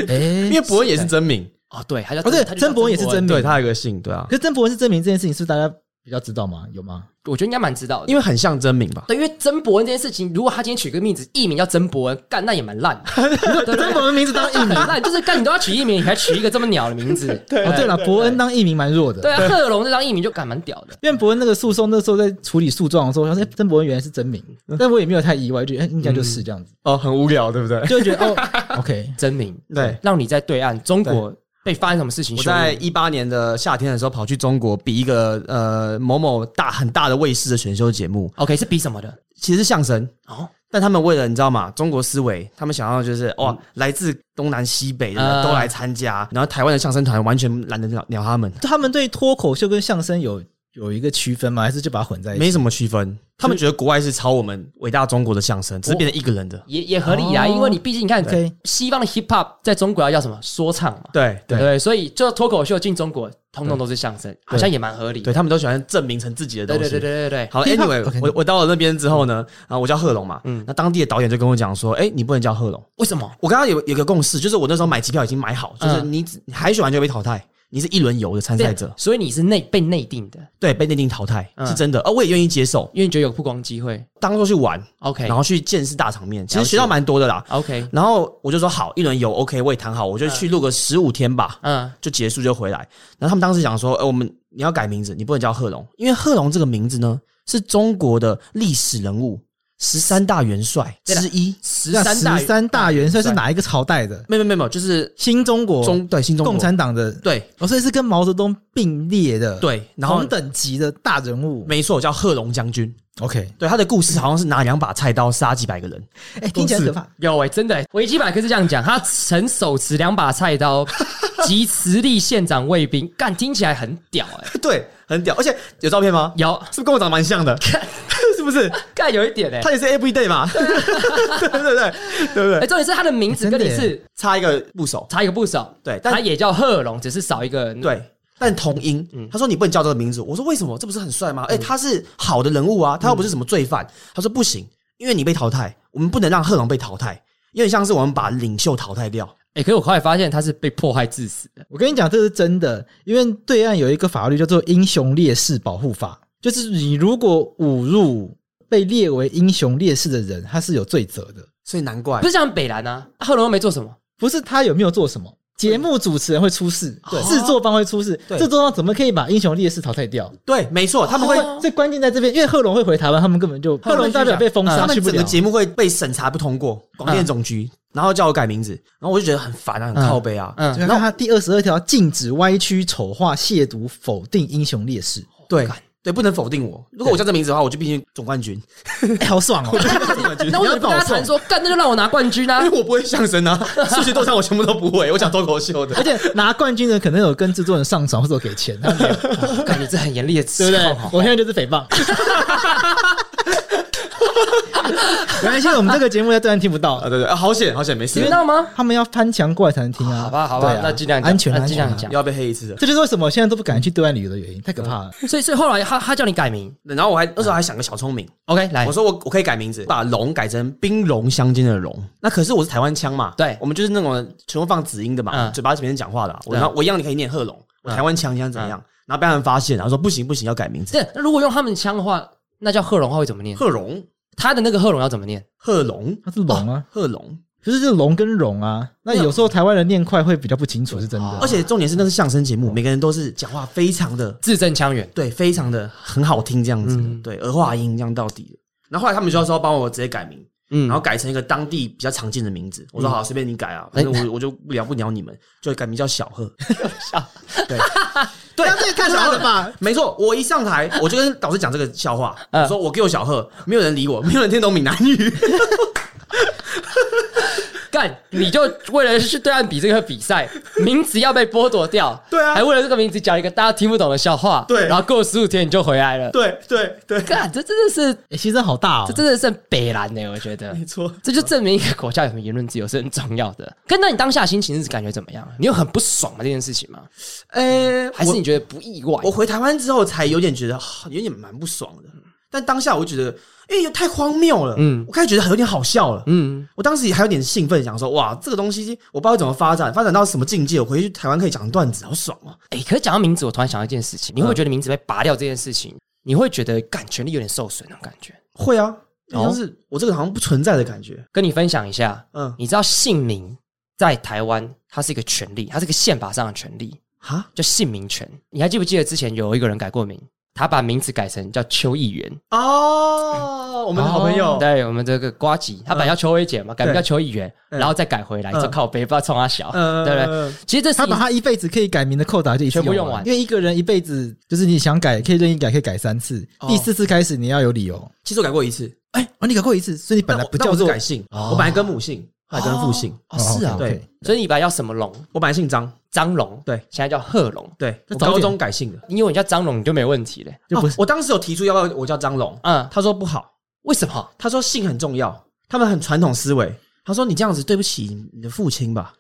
哎， *laughs* 因为伯恩也是真名，哦，对，还叫哦对他就叫曾伯恩也是曾真恩名对他有个姓，对啊可，是曾伯文是真名这件事情，是不是大家比较知道吗？有吗？我觉得应该蛮知道的，因因为为很像真名吧。对，因为曾伯恩这件事情，如果他今天取个名字，艺名叫曾伯恩，干那也蛮烂的，曾伯文名字当艺很名，烂，就是干你都要取艺名，你还取一个这么鸟的名字，哦对了，伯恩当艺名蛮弱的。对啊，贺龙这张艺名就干蛮屌的，因为伯恩那个诉讼那时候在处理诉状的时候，我想说哎曾伯恩原来是真名，但我也没有太意外，就觉得哎应该就是这样子，哦，很无聊，对不对？就会觉得哦 *laughs* ，OK，真名，对，让你在对岸中国被发生什么事情 *laughs* 我羞辱在你，一八年的夏天的时候跑去中国比一个呃某某大很大的卫视的选秀节目， OK 是比什么的？其实是相声，哦，但他们为了你知道吗？中国思维，他们想要就是哇，来自东南西北啊的都来参加，然后台湾的相声团完全懒得鸟鸟他们，他们对脱口秀跟相声有有一个区分吗？还是就把它混在一起？没什么区分。他们觉得国外是抄我们伟大中国的相声，只是变成一个人的。也也合理啦，哦因为你毕竟你看 OK 西方的 hip hop 在中国要叫什么说唱嘛，对对不对对，所以就脱口秀进中国，通通都是相声，好像也蛮合理的。对，他们都喜欢证明成自己的对东对西。对对对对，好 Hip-hop- ，Anyway， *laughs* OK 我我到了那边之后呢，啊，我叫贺龙嘛，嗯嗯，那当地的导演就跟我讲说，哎，你不能叫贺龙。为什么？我刚刚有有个共识，就是我那时候买机票已经买好，就是嗯你只海选完就被淘汰，你是一轮游的参赛者，啊所以你是内被内定的，对，被内定淘汰嗯是真的，而哦我也愿意接受，因为你觉得有曝光机会。当做去玩， OK，然后去见识大场面，其了实解学到蛮多的啦。 OK，然后我就说好，一轮游 OK，我也谈好，我就去录个十五天吧，嗯，就结束就回来。然后他们当时讲说，呃，我们你要改名字，你不能叫贺龙，因为贺龙这个名字呢是中国的历史人物，十三大元帅对的之一，十那三大十三大元帅是？哪一个朝代的？没有没有没有，就是新中国中哦对新中国共产党的，对哦，所以是跟毛泽东并列的，，对，然后同等级的大人物。没错，叫贺龙将军。 OK，对他的故事好像是拿两把菜刀杀几百个人，哎，听起来都很是可怕。有哎、真的、欸，维基百科是这样讲，他曾手持两把菜 *laughs* 刀及磁力县长卫兵，干听起来很屌哎、 *laughs* 对，很屌。而且有照片吗？有 *laughs* 是不是跟我长得蛮像 *laughs* 的？是不是？干有一点哎、他也是 everyday *laughs* 嘛，对对对对不哎、对？重点是他的名字哎跟真的耶你是差一个部首，差一个不少，对但他也叫贺龙，只是少一个。，对。但同音，嗯他说你不能叫这个名字。我说为什么？这不是很帅吗？哎、他是好的人物嗯啊，他又不是什么罪犯。他说不行，因为你被淘汰，我们不能让贺龙被淘汰，有点像是我们把领袖淘汰掉。哎、可是我后来发现他是被迫害致死的。我跟你讲，这是真的，因为对岸有一个法律叫做《英雄烈士保护法》，就是你如果侮辱被列为英雄烈士的人，他是有罪责的。所以难怪不是像北兰啊，贺龙又没做什么，不是他有没有做什么，节目主持人会出事，对制作方会出事，对制作方怎么可以把英雄烈士淘汰掉？对，没错，他们会、哦最关键在这边，因为贺龙会回台湾，他们根本就他贺们龙代表被封他杀们去不啊整个了。节目会被审查不通过，广电总局，然后叫我改名字，然后我就觉得很烦啊，很靠背啊。嗯，然后他第二十二条禁止歪曲、丑化、亵渎、否定英雄烈士，对对，不能否定我。如果我叫这名字的话，我就必须总冠军，啊哎， *laughs* 好爽哦！那我怎么不跟他谈说，干那就让我拿冠军啊 *laughs* 因？为我不会相声啊，数学、斗唱我全部都不会，我讲脱 *laughs* 口秀的而。且拿冠军的可能有跟制作人上床或者有给钱，他没有感觉这很严厉的指对不对控哦？我现在就是诽 *laughs* 谤。原来现在我们这个节目在对岸听不到啊，，对对，啊好险好险，没事你，知道吗？他们要翻墙过来才能听啊。好吧，好吧，对啊那尽量讲安全，那安尽全啊量讲。要被黑一次了。这就是为什么我现在都不敢去对外旅游的原因，太可怕了。所以，所以后来他他叫你改名然后我还那时候还想个小聪明， ，OK，来我，说我我可以改名字，嗯哎把龙改成冰龙相间的龙。那可是我是台湾腔嘛，对我们就是那种全部放子音的嘛，嗯嘴巴是别人讲话的啊。我对然后我一样，你可以念贺龙，我台湾腔腔怎样？然后被他们发现，然后说不行不行，要改名字。这那如果用他们腔的话，那叫贺龙话会怎么念？贺龙，他的那个贺龙要怎么念？贺龙，它是龙 *laughs* 啊，贺龙。就是这龙跟龙啊。那有时候台湾人念快会比较不清楚，是真哦的。而且重点是那是相声节目，每个人都是讲话非常的字正腔圆。对，非常的很好听这样子的，嗯对，儿化音这样到底的。然后后来他们就说帮我直接改名，嗯，然后改成一个当地比较常见的名字。我说好，随便你改啊，哎反正我我就不聊不鸟你们，就改名叫小 *laughs* 贺。对，这也太小了吧？没错，我一上台我就跟导师讲这个笑话，嗯我说我给我小贺，没有人理我，没有人听懂闽南语。干，你就为了去对岸比这个比赛，名字要被剥夺掉， *laughs* 对啊还为了这个名字讲一个大家听不懂的笑话，对然后过十五天你就回来了，对对对，干，这真的是，哎，牺牲好大哦这。真的是很北蓝呢、我觉得没。错。这就证明一个国家有什么言论自由是很重要的。跟那你当下心情是感觉怎么样？啊你有很不爽吗？这件事情吗？呃，还是我你觉得不意外？我回台湾之后才有点觉得，啊有点蛮不爽的。但当下我就觉得，因为又太荒谬了，嗯我开始觉得有点好笑了，嗯，我当时也还有点兴奋，想说哇，这个东西我不知道怎么发展，发展到什么境界，我回去台湾可以讲段子，好爽哦、哎、可是讲到名字，我突然想到一件事情，你嗯会不会觉得名字被拔掉这件事情，你会觉得感权力有点受损那种感觉？会啊，哦像是我这个好像不存在的感觉。跟你分享一下，嗯，你知道姓名在台湾它是一个权利，它是一个宪法上的权利，哈叫姓名权。你还记不记得之前有一个人改过名，他把名字改成叫邱议员？哦，我们的好朋友，对我们这个瓜吉，他本来叫邱威姐嘛，改名对叫邱议员，嗯然后再改回来，嗯就靠背，不知道冲他小，嗯对不对？其实这他是把他一辈子可以改名的扣打就一次全部用完完，因为一个人一辈子就是你想改可以任意改，可以改三次，哦第四次开始你要有理由。其实我改过一次，哎，哦，你改过一次，所以你本来但我不但叫我是做改姓，我本来跟母姓，后来跟父姓，哦，是啊，哦，OK 对所以你本来叫什么龙？我本来姓张，张龙，对现在叫贺龙。对，我早高点中改姓的，因为你叫张龙，你就没问题嘞。就不哦是我当时有提出要不要我叫张龙，嗯，他说不好，为什么？他说姓很重要，他们很传统思维，他说你这样子对不起你的父亲吧。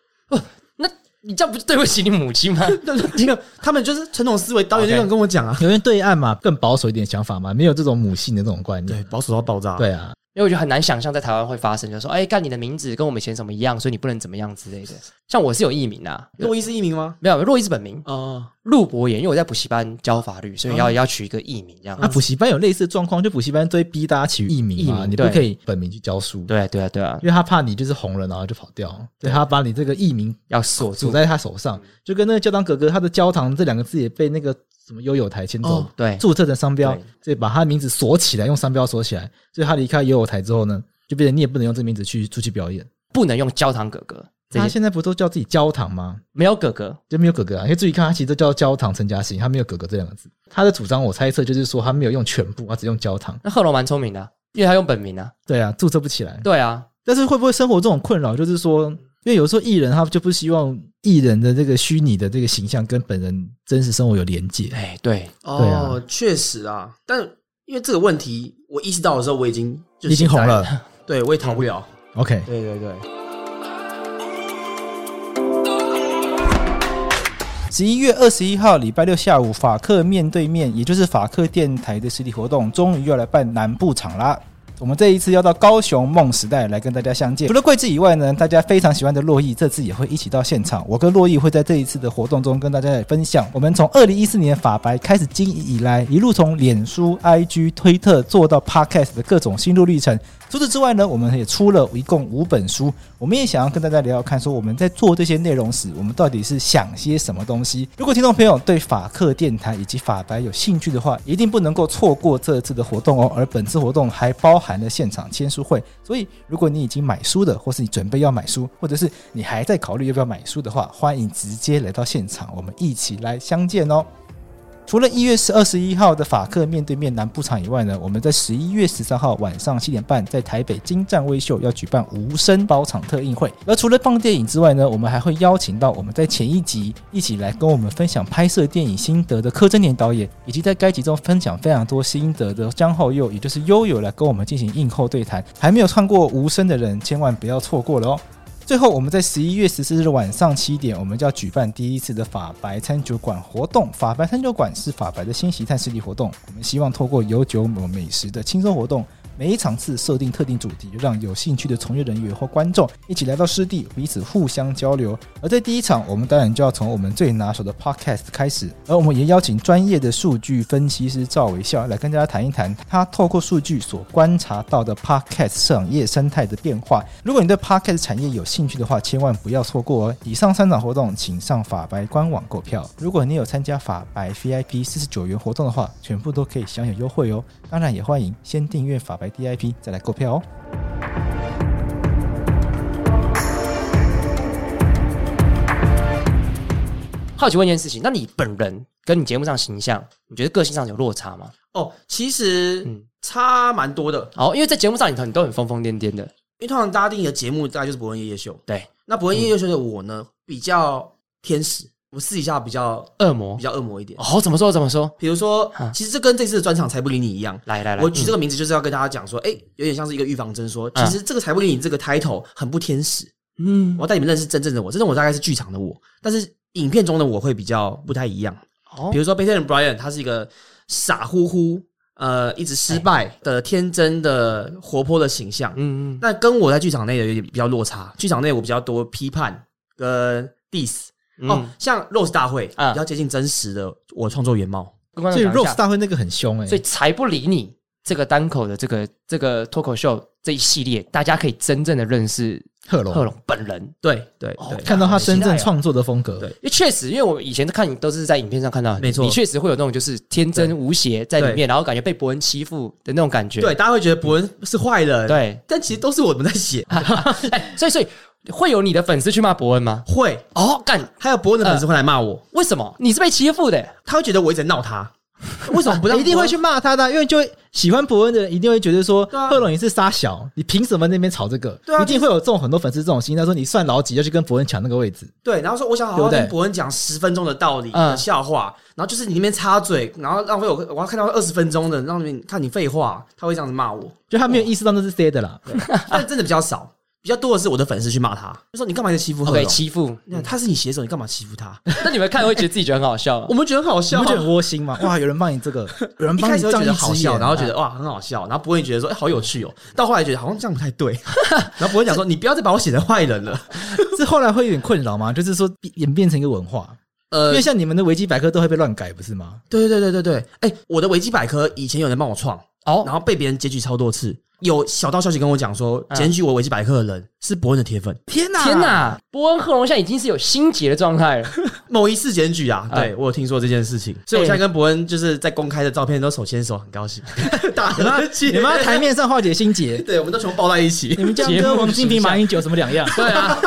那你这样不是对不起你母亲 *laughs* 吗？对对，没有，他们就是传统思维，导演 OK 就这样跟我讲啊。因为对岸嘛更保守一点想法嘛，没有这种母性的这种观对，念。保守到爆炸。对啊，因为我觉得很难想象在台湾会发生，就说，哎、干你的名字跟我们以前什么一样，所以你不能怎么样之类的。像我是有艺名啊，洛伊是艺名吗？没有，若一是本名哦，陆博言，因为我在补习班教法律，所以嗯要、要取一个艺名这样啊，子。补习班有类似的状况，就补习班都会逼大家取艺名艺嘛，名你不对可以本名去教书，对啊，对啊，对啊，因为他怕你就是红了，然后就跑掉，所以他把你这个艺名要锁锁住。啊在他手上，就跟那个教堂哥哥，他的教堂这两个字也被那个什么悠悠台迁走哦，对注册成商标对，所以把他的名字锁起来，用商标锁起来。所以他离开悠悠台之后呢，就变成你也不能用这个名字去出去表演。不能用焦糖哥哥这他些，现在不都叫自己焦糖吗？没有哥哥，就没有哥哥啊，因为注意看，他其实都叫焦糖陈嘉欣，他没有哥哥这两个字。他的主张，我猜测就是说他没有用全部，他只用焦糖。那贺龙蛮聪明的啊、因为他用本名啊。对啊，注册不起嗯来。对啊，但是会不会生活这种困扰，就是说，因为有时候艺人他就不希望艺人的这个虚拟的这个形象跟本人真实生活有连接。哎，对，对哦啊，确、实啊，但因为这个问题，我意识到的时候，我已经就你已经红现在，了对我也逃不了。 ，OK，对对对，十一月二十一号礼拜六下午，法克面对面，也就是法克电台的实体活动，终于要来办南部场啦。我们这一次要到高雄梦时代来跟大家相见。除了桂枝以外呢，大家非常喜欢的洛毅这次也会一起到现场。我跟洛毅会在这一次的活动中跟大家来分享，我们从二零一四年法白开始经营以来，一路从脸书、IG、推特做到 Podcast 的各种心路历程。除此之外呢，我们也出了一共五本书，我们也想要跟大家聊聊看，说我们在做这些内容时，我们到底是想些什么东西。如果听众朋友对法克电台以及法白有兴趣的话，一定不能够错过这次的活动哦。而本次活动还包含了现场签书会，所以如果你已经买书的，或是你准备要买书，或者是你还在考虑要不要买书的话，欢迎直接来到现场，我们一起来相见哦。除了一月十二十一号的法克面对面南部场以外呢，我们在十一月十三号晚上七点半在台北金站微秀要举办无声包场特映会。而除了放电影之外呢，我们还会邀请到我们在前一集一起来跟我们分享拍摄电影心得的柯震年导演，以及在该集中分享非常多心得的江浩佑，也就是悠悠来跟我们进行映后对谈。还没有看过无声的人，千万不要错过了哦。最后，我们在十一月十四日晚上七点，我们就要举办第一次的法白餐酒馆活动。法白餐酒馆是法白的新形态实体活动，我们希望透过有酒有美食的轻松活动，每一场次设定特定主题，让有兴趣的从业人员或观众一起来到湿地，彼此互相交流。而在第一场，我们当然就要从我们最拿手的 podcast 开始，而我们也邀请专业的数据分析师赵伟笑来跟大家谈一谈他透过数据所观察到的 podcast 产业生态的变化。如果你对 podcast 产业有兴趣的话，千万不要错过哦。以上三场活动，请上法白官网购票。如果你有参加法白 VIP 四十九元活动的话，全部都可以享有优惠哦。当然也欢迎先订阅法白 DIP 再来购票哦。好奇问一件事情，那你本人跟你节目上形象，你觉得个性上有落差吗？哦，其实嗯差蛮多的，哦，因为在节目上你都你都很疯疯癫癫的，因为通常大家听你的节目，大概就是伯恩夜夜秀。对，那伯恩夜夜秀的我呢，比较天使，我私底下比较恶魔比。较恶魔一点。哦，怎么说怎么说？比如说哈，其实这跟这次的专场才不理你一样。来来来，我取这个个名字就是要跟大家讲说，哎、有点像是一个预防针，说其嗯实这个才不理你这个 title 很不天使。嗯我要带你们认识真正的我，真正的我大概是剧场的我，但是影片中的我会比较不太一样。哦比如说 b e t a n Brian，他是一个傻乎乎、呃一直失败的天真的活泼的形象，嗯嗯，那跟我在剧场内的有点比较落差。剧场内我比较多批判跟 diss，、嗯哦，，像 Rose 大会、嗯比较接近真实的我创作原貌。跟观所众以讲一 Rose 下，大会那个很凶哎、所以才不理你这个单口的这个这个脱口秀这一系列，大家可以真正的认识贺龙贺龙本人，对对哦对，看到他真正好期待哦创作的风格，对因为确实，因为我以前看你都是在影片上看到，没错你确实会有那种就是天真无邪在里面，然后感觉被伯恩欺负的那种感觉。对，大家会觉得伯恩是坏人，，对，但其实都是我们在 *laughs* 写，哎，所以所以会有你的粉丝去骂伯恩吗？会哦，干，还有伯恩的粉丝会来骂我，为什么你是被欺负的？他会觉得我一直在闹他， *laughs* 为什么不让 *laughs* 一定会伯恩去骂他的啊、因为就会喜欢伯恩的人一定会觉得说，啊贺龙你是傻小，你凭什么那边吵这个？对啊一定会有这种很多粉丝这种心态，说你算老几要去跟伯恩抢那个位置，对，然后说我想好对好不对听伯恩讲十分钟的道理、嗯的笑话，然后就是你那边插嘴，然后浪费我，我要看到二十分钟的，让你们看你废话，他会这样子骂我，就他没有意识到那是 C 的啦。但真的比较少，比较多的是我的粉丝去骂他，就说你干嘛在欺负贺 OK，龙？欺负。那他是你写手，你干嘛欺负他？那你们看会觉得自己觉得很好笑吗 *laughs* 我？们觉得很好你笑不啊，觉 *laughs* 得很窝心吗？哇，有人帮你这个，有人一帮开你始会仗觉义得好直笑，言，然后觉得哇很好笑，然后不会觉得说哎、好有趣哦，到后来觉得好像这样不太对， *laughs* 然后不会讲说你不要再把我写成坏人了。这后来会有点困扰吗？就是说演变成一个文化，呃因为像你们的维基百科都会被乱改，不是吗？对对对对对对，哎、我的维基百科以前有人帮我创，哦然后被别人检举超多次。有小道消息跟我讲说，嗯检举我维基百科的人是伯恩的铁 *laughs* 粉。天哪，天！哪，波恩贺龙现在已经是有心结的状态了。某一次检举啊，嗯对我有听说这件事情，所以我现在跟伯恩就是在公开的照片都手牵手，很 *laughs* 高兴。打和气，你们要台面上化解心 *laughs* 结， *laughs* 对，我们都全部抱在一起你。们这样跟王金平、马英九什么两 *laughs* 样？对啊，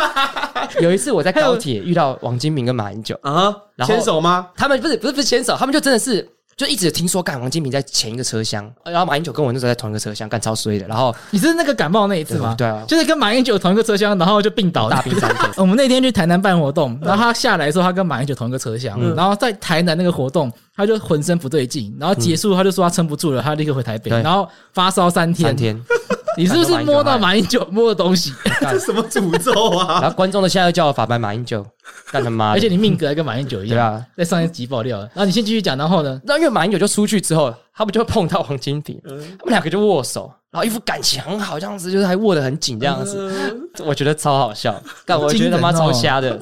*laughs* 有一次我在高铁遇到王金平跟马英九， *laughs* 啊哈，然后牵手吗？ *laughs* 他们不是不是不是牵手，他们就真的是就一直听说干王金平在前一个车厢，然后马英九跟我那时候在同一个车厢，干超衰的，然后你是那个感冒那一次吗？对啊就是跟马英九同一个车厢，然后就病倒大病嗯三天。我们那天去台南办活动，然后他下来的时候，他跟马英九同一个车厢，嗯然后在台南那个活动，他就浑身不对劲，然后结束他就说他撑不住了，他立刻回台北，对然后发烧三天。三天， *laughs* 你是不是摸到马英九摸的东西？这什么诅咒 *laughs* 啊？然后观众都现在又叫我法白马英 *laughs* 九，干他妈的！而且你命格还跟马英九一对样，啊，在上一集爆料了。然后你先继续讲，然后呢？那因为马英九就出去之后，他们就碰到王金平，他们两个就握手，然后一副感情很好这样子，就是还握得很紧这样呃子，我觉得超好笑，但我觉得他妈惊人超哦瞎的，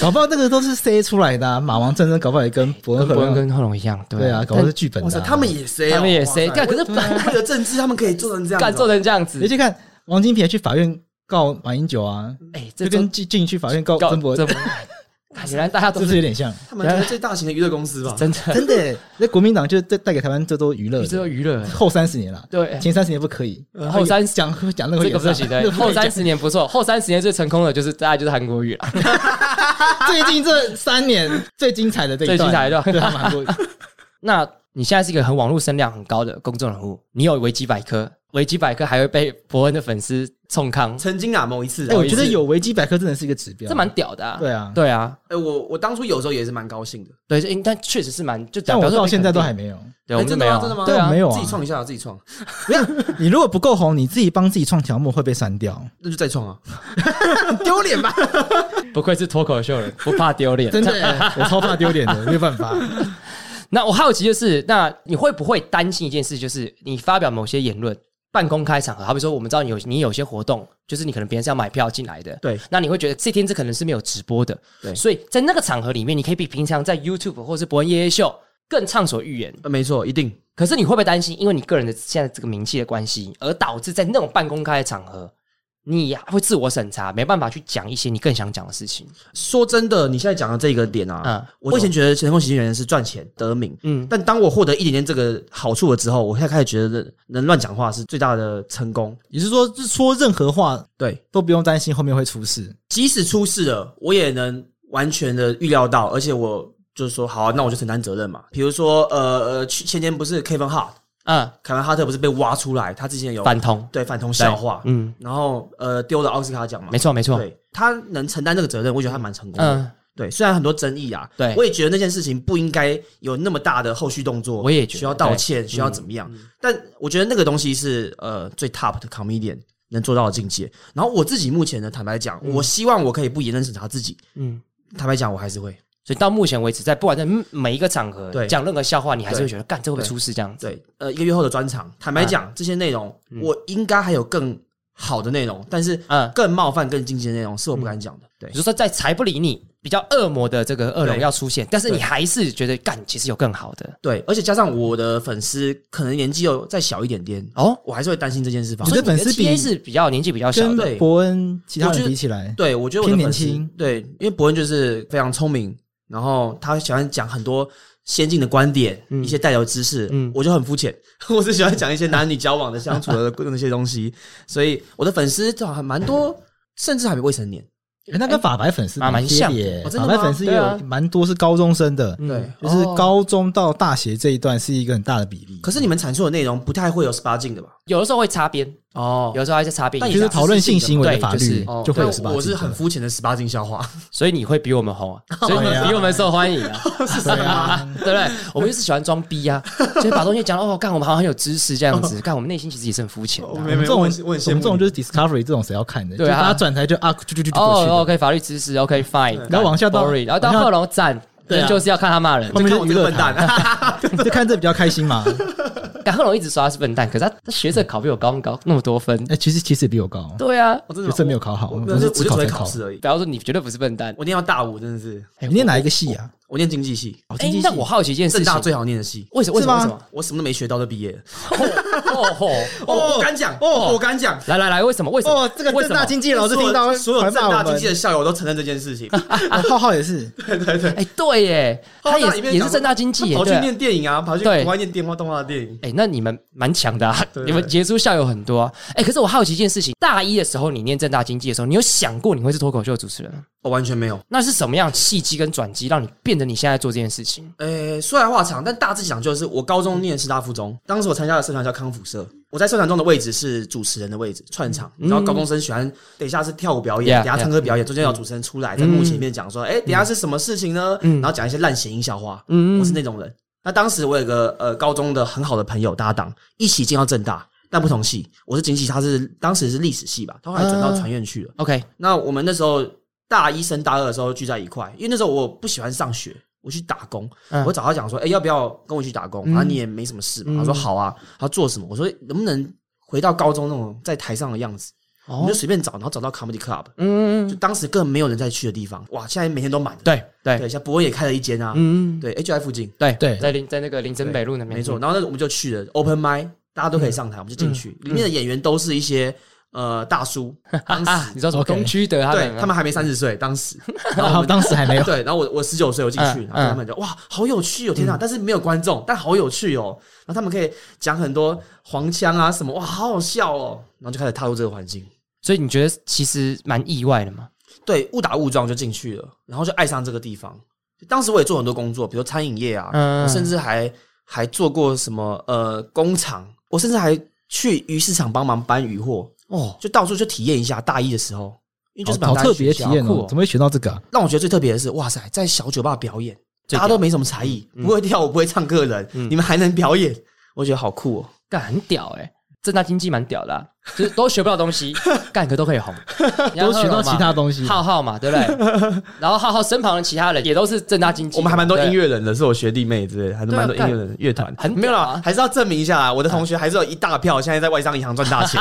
搞不好那个都是塞出来的、啊，马王战争搞不好也跟伯跟恩伯恩和跟贺龙一样，对对啊，搞不好是剧本哇的、塞，啊。他们也 C，他们也 C，哎哇塞干可是为了政治，他们可以做成这样子 *laughs* 哦，干做成这样你子，去看王金平还去法院告马英九啊，哎，这就跟进进去法院告告曾伯，这是不哎原来大家都不是是有点像？他们就是最大型的娱乐公司吧？ *laughs* 真的，真的，那国民党就带带给台湾这都娱乐的，这都娱乐，后三十年了，对，前三十年不可以，呃后三讲讲那个这个不不行对，后三十年不错，后三十年最成功的就是大家就是韩国语了，最近这三年最精彩的这一段，最精彩的对啊他们韩国那你现在是一个很网络声量很高的公众人物，你有维基百科，维基百科还会被伯恩的粉丝冲康， *laughs* 曾经啊，某一次啊，哎，我觉得有维基百科真的是一个指标，这蛮屌的啊！对啊对啊，哎，我我当初有时候也是蛮高兴的。对，这但确实是蛮就但讲，我表示到现在都还没，没有。对，我哎们就真没的有吗？啊，真的吗？对啊没有啊自己创一下，自己创，你如果不够红，你自己帮自己创条目会被删掉，那就再创啊！ *laughs* 丢脸吧？不愧是脱口秀人，不怕丢脸。真的，我超怕丢脸的，没有办 *laughs* 法。那我好奇就是，那你会不会担心一件事，就是你发表某些言论？半公开场合，好比说，我们知道你有你有些活动，就是你可能别人是要买票进来的，对，那你会觉得这天这可能是没有直播的，对所以在那个场合里面，你可以比平常在 YouTube 或是伯恩夜夜秀更畅所欲言。呃 *laughs* 没错，一定。可是你会不会担心，因为你个人的现在这个名气的关系，而导致在那种半公开的场合，你啊会自我审查，没办法去讲一些你更想讲的事情？说真的，你现在讲的这个点啊嗯，我以前觉得成功喜剧人是赚钱得名，嗯，但当我获得一点点这个好处了之后，我现在开始觉得能乱讲话是最大的成功。也是说，是说任何话对，都不用担心后面会出事，即使出事了，我也能完全的预料到，而且我就是说，好啊、那我就承担责任嘛。比如说，呃呃，去前年不是 Kevin Hart，嗯，凯文哈特不是被挖出来，他之前有反同，对反同笑话，嗯，然后呃丢了奥斯卡奖嘛，没错没错，对他能承担这个责任，我觉得他蛮成功的。嗯，对，虽然很多争议啊，对我也觉得那件事情不应该有那么大的后续动作，我也觉得嗯需要道歉，需要怎么样？但我觉得那个东西是呃最 top 的 comedian 能做到的境界。然后我自己目前呢，坦白讲，我希望我可以不严正审查自己。嗯。坦白讲，我还是会所以到目前为止，在不管在嗯每一个场合对讲任何笑话，你还是对会觉得干这会不会出事这样子？对呃一个月后的专场，坦白嗯讲，这些内容我应该还有更好的内容，但是呃嗯更冒犯、更禁忌的内容是我不敢讲的。对比如说在才不理你比较恶魔的这个恶龙对要出现，但是你对还是觉得干其实有更好的对，而且加上我的粉丝可能年纪又再小一点点，哦。我还是会担心这件事发你生的。粉丝比 TA 是比较年纪比较小跟的，对伯恩其他我觉人得比起来，对，我觉得我的偏年粉丝轻对，因为伯恩就是非常聪明，然后他喜欢讲很多先进的观点，一些带有知识，嗯我就很肤浅， *laughs* 我是喜欢讲一些男女交往的相处的那些东西，所以我的粉丝还蛮多，甚至还没未成年。欸那跟法白粉丝哎蛮蛮像的贴的耶哦真法的白吗粉丝也对有啊蛮多是高中生的，嗯对就是哦高中到大学这一段是一个很大的比例。可是你们阐述的内容不太会有十八禁的吧？有的时候会擦边，哦有。的时候还是擦边一但下，就你是讨论性行为的对法就律是哦就会有对十八禁的。我是很肤浅的十八禁笑话，所以你会比我们红啊，所以对你啊比我们受欢迎啊， *laughs* 对啊，对不对？我们就是喜欢装逼啊，就是把东西讲哦，干我们好像很有知识这样哦子，干我们内心其实也是很肤浅的啊。我们这种我很我很羡慕我们这种就是 Discovery 这种谁要看的？对啊就把它转台就啊，就就就就过去哦了。 ，OK，法律知识，OK fine，然后往下到 boring，然后到往下贺龙赞，对啊就是要看他骂人后。面看就我娱这个乐笨台，蛋。就看 *laughs* 这比较开心嘛。干贺龙一直说他是笨蛋，可是他他学测考比我高那么高那么多分。哎，其实其实也比我高，对啊，我哦真就的是没有我考好，我我我是就只只考会才考考。试而已啊比。方说你绝对不是笨蛋。我念到大五真的是，你念哪一个系啊？我念经济系，哦，哎经济，系那我好奇一件事正大情，最好念的系。为什么为什么为是什吗么？我什么都没学到就毕业了。哦吼！ *laughs* 哦，我敢讲，哦，我敢讲。来来来，为什么？为什么？哦，这个为正什大么？经济老师听到所有还正骂大我经们济，的校友都承认这件事情。 *laughs* 啊浩浩也是，哎，对耶，他哦那里也面也讲是说正大经济耶，跑去对啊念电影啊，跑去对国外念电话动画电影。哎、那你们蛮强的啊！对你们杰出校友很多、啊。哎、可是我好奇一件事情：大一的时候，你念正大经济的时候，你有想过你会是脱口秀主持人吗？我完全没有。那是什么样的契机跟转机，让你变得你现在做这件事情？诶、说来话长，但大致讲就是，我高中念师大附中，当时我参加的社团叫康复社，我在社团中的位置是主持人的位置，串场。然后高中生喜欢，等一下是跳舞表演嗯 Yeah，等一下唱歌表演，中间有主持人出来在幕前面讲说，诶、等一下是什么事情呢？嗯然后讲一些烂谐音笑话，嗯我是那种人。那当时我有个呃高中的很好的朋友搭档，一起进到正大，但不同系，我是经济系，他是当时是历史系吧，他后来转啊到传院去了。 OK，那我们那时候大一升大二的时候聚在一块，因为那时候我不喜欢上学，我去打工。嗯我找他讲说，哎、要不要跟我去打工？嗯然后你也没什么事嘛。他说好啊。他做什么？我说能不能回到高中那种在台上的样子？我们哦就，随便找，然后找到 Comedy Club，嗯，就嗯当时根本没有人在去的地方。哇，现在每天都满了。对对，对，像博文也开了一间啊。嗯，对，H I 附近，对对在林在那个林森北路那边，没错。，然后那我们就去了 Open m i 大家都可以嗯上台，我们就进去。里面的演员都是一些呃大叔， *laughs* 当啊，时你知道什么 OK 东区的他对们，他们还没三十岁，当 *laughs* 时。然后啊当时还没有，对，然后我我十九岁我进去，嗯然后他们就哇，好有趣哦，天嗯哪！但是没有观众，但好有趣哦。然后他们可以讲很多黄腔啊什么，哇，好好笑哦。然后就开始踏入这个环境，所以你觉得其实蛮意外的嘛？对，误打误撞就进去了，然后就爱上这个地方。当时我也做很多工作，比如餐饮业啊，嗯我甚至还还做过什么呃工厂，我甚至还去鱼市场帮忙搬鱼货，哦，就到处去体验一下。大一的时候，因为 *laughs* 就是把好大好家特别的学啊体校验酷哦哦，怎么会学到这个啊？让我觉得最特别的是，哇塞，在小酒吧表演，最大屌家都没什么才艺，不会跳舞、不会唱歌的人，你们还能表演，我觉得好酷哦。干很屌哎、正大经济蛮屌的、啊，就是都学不到东西，干可都可以红，都学到其他东西，浩浩嘛，对不对？然后浩浩身旁的其他人也都是正大经济，我们还蛮多对音乐人的，是我学弟妹之类的，还是蛮多音乐人乐团。很没有屌啦啊，还是要证明一下啊，我的同学还是有一大票，现在在外商银行赚大 *laughs* 钱。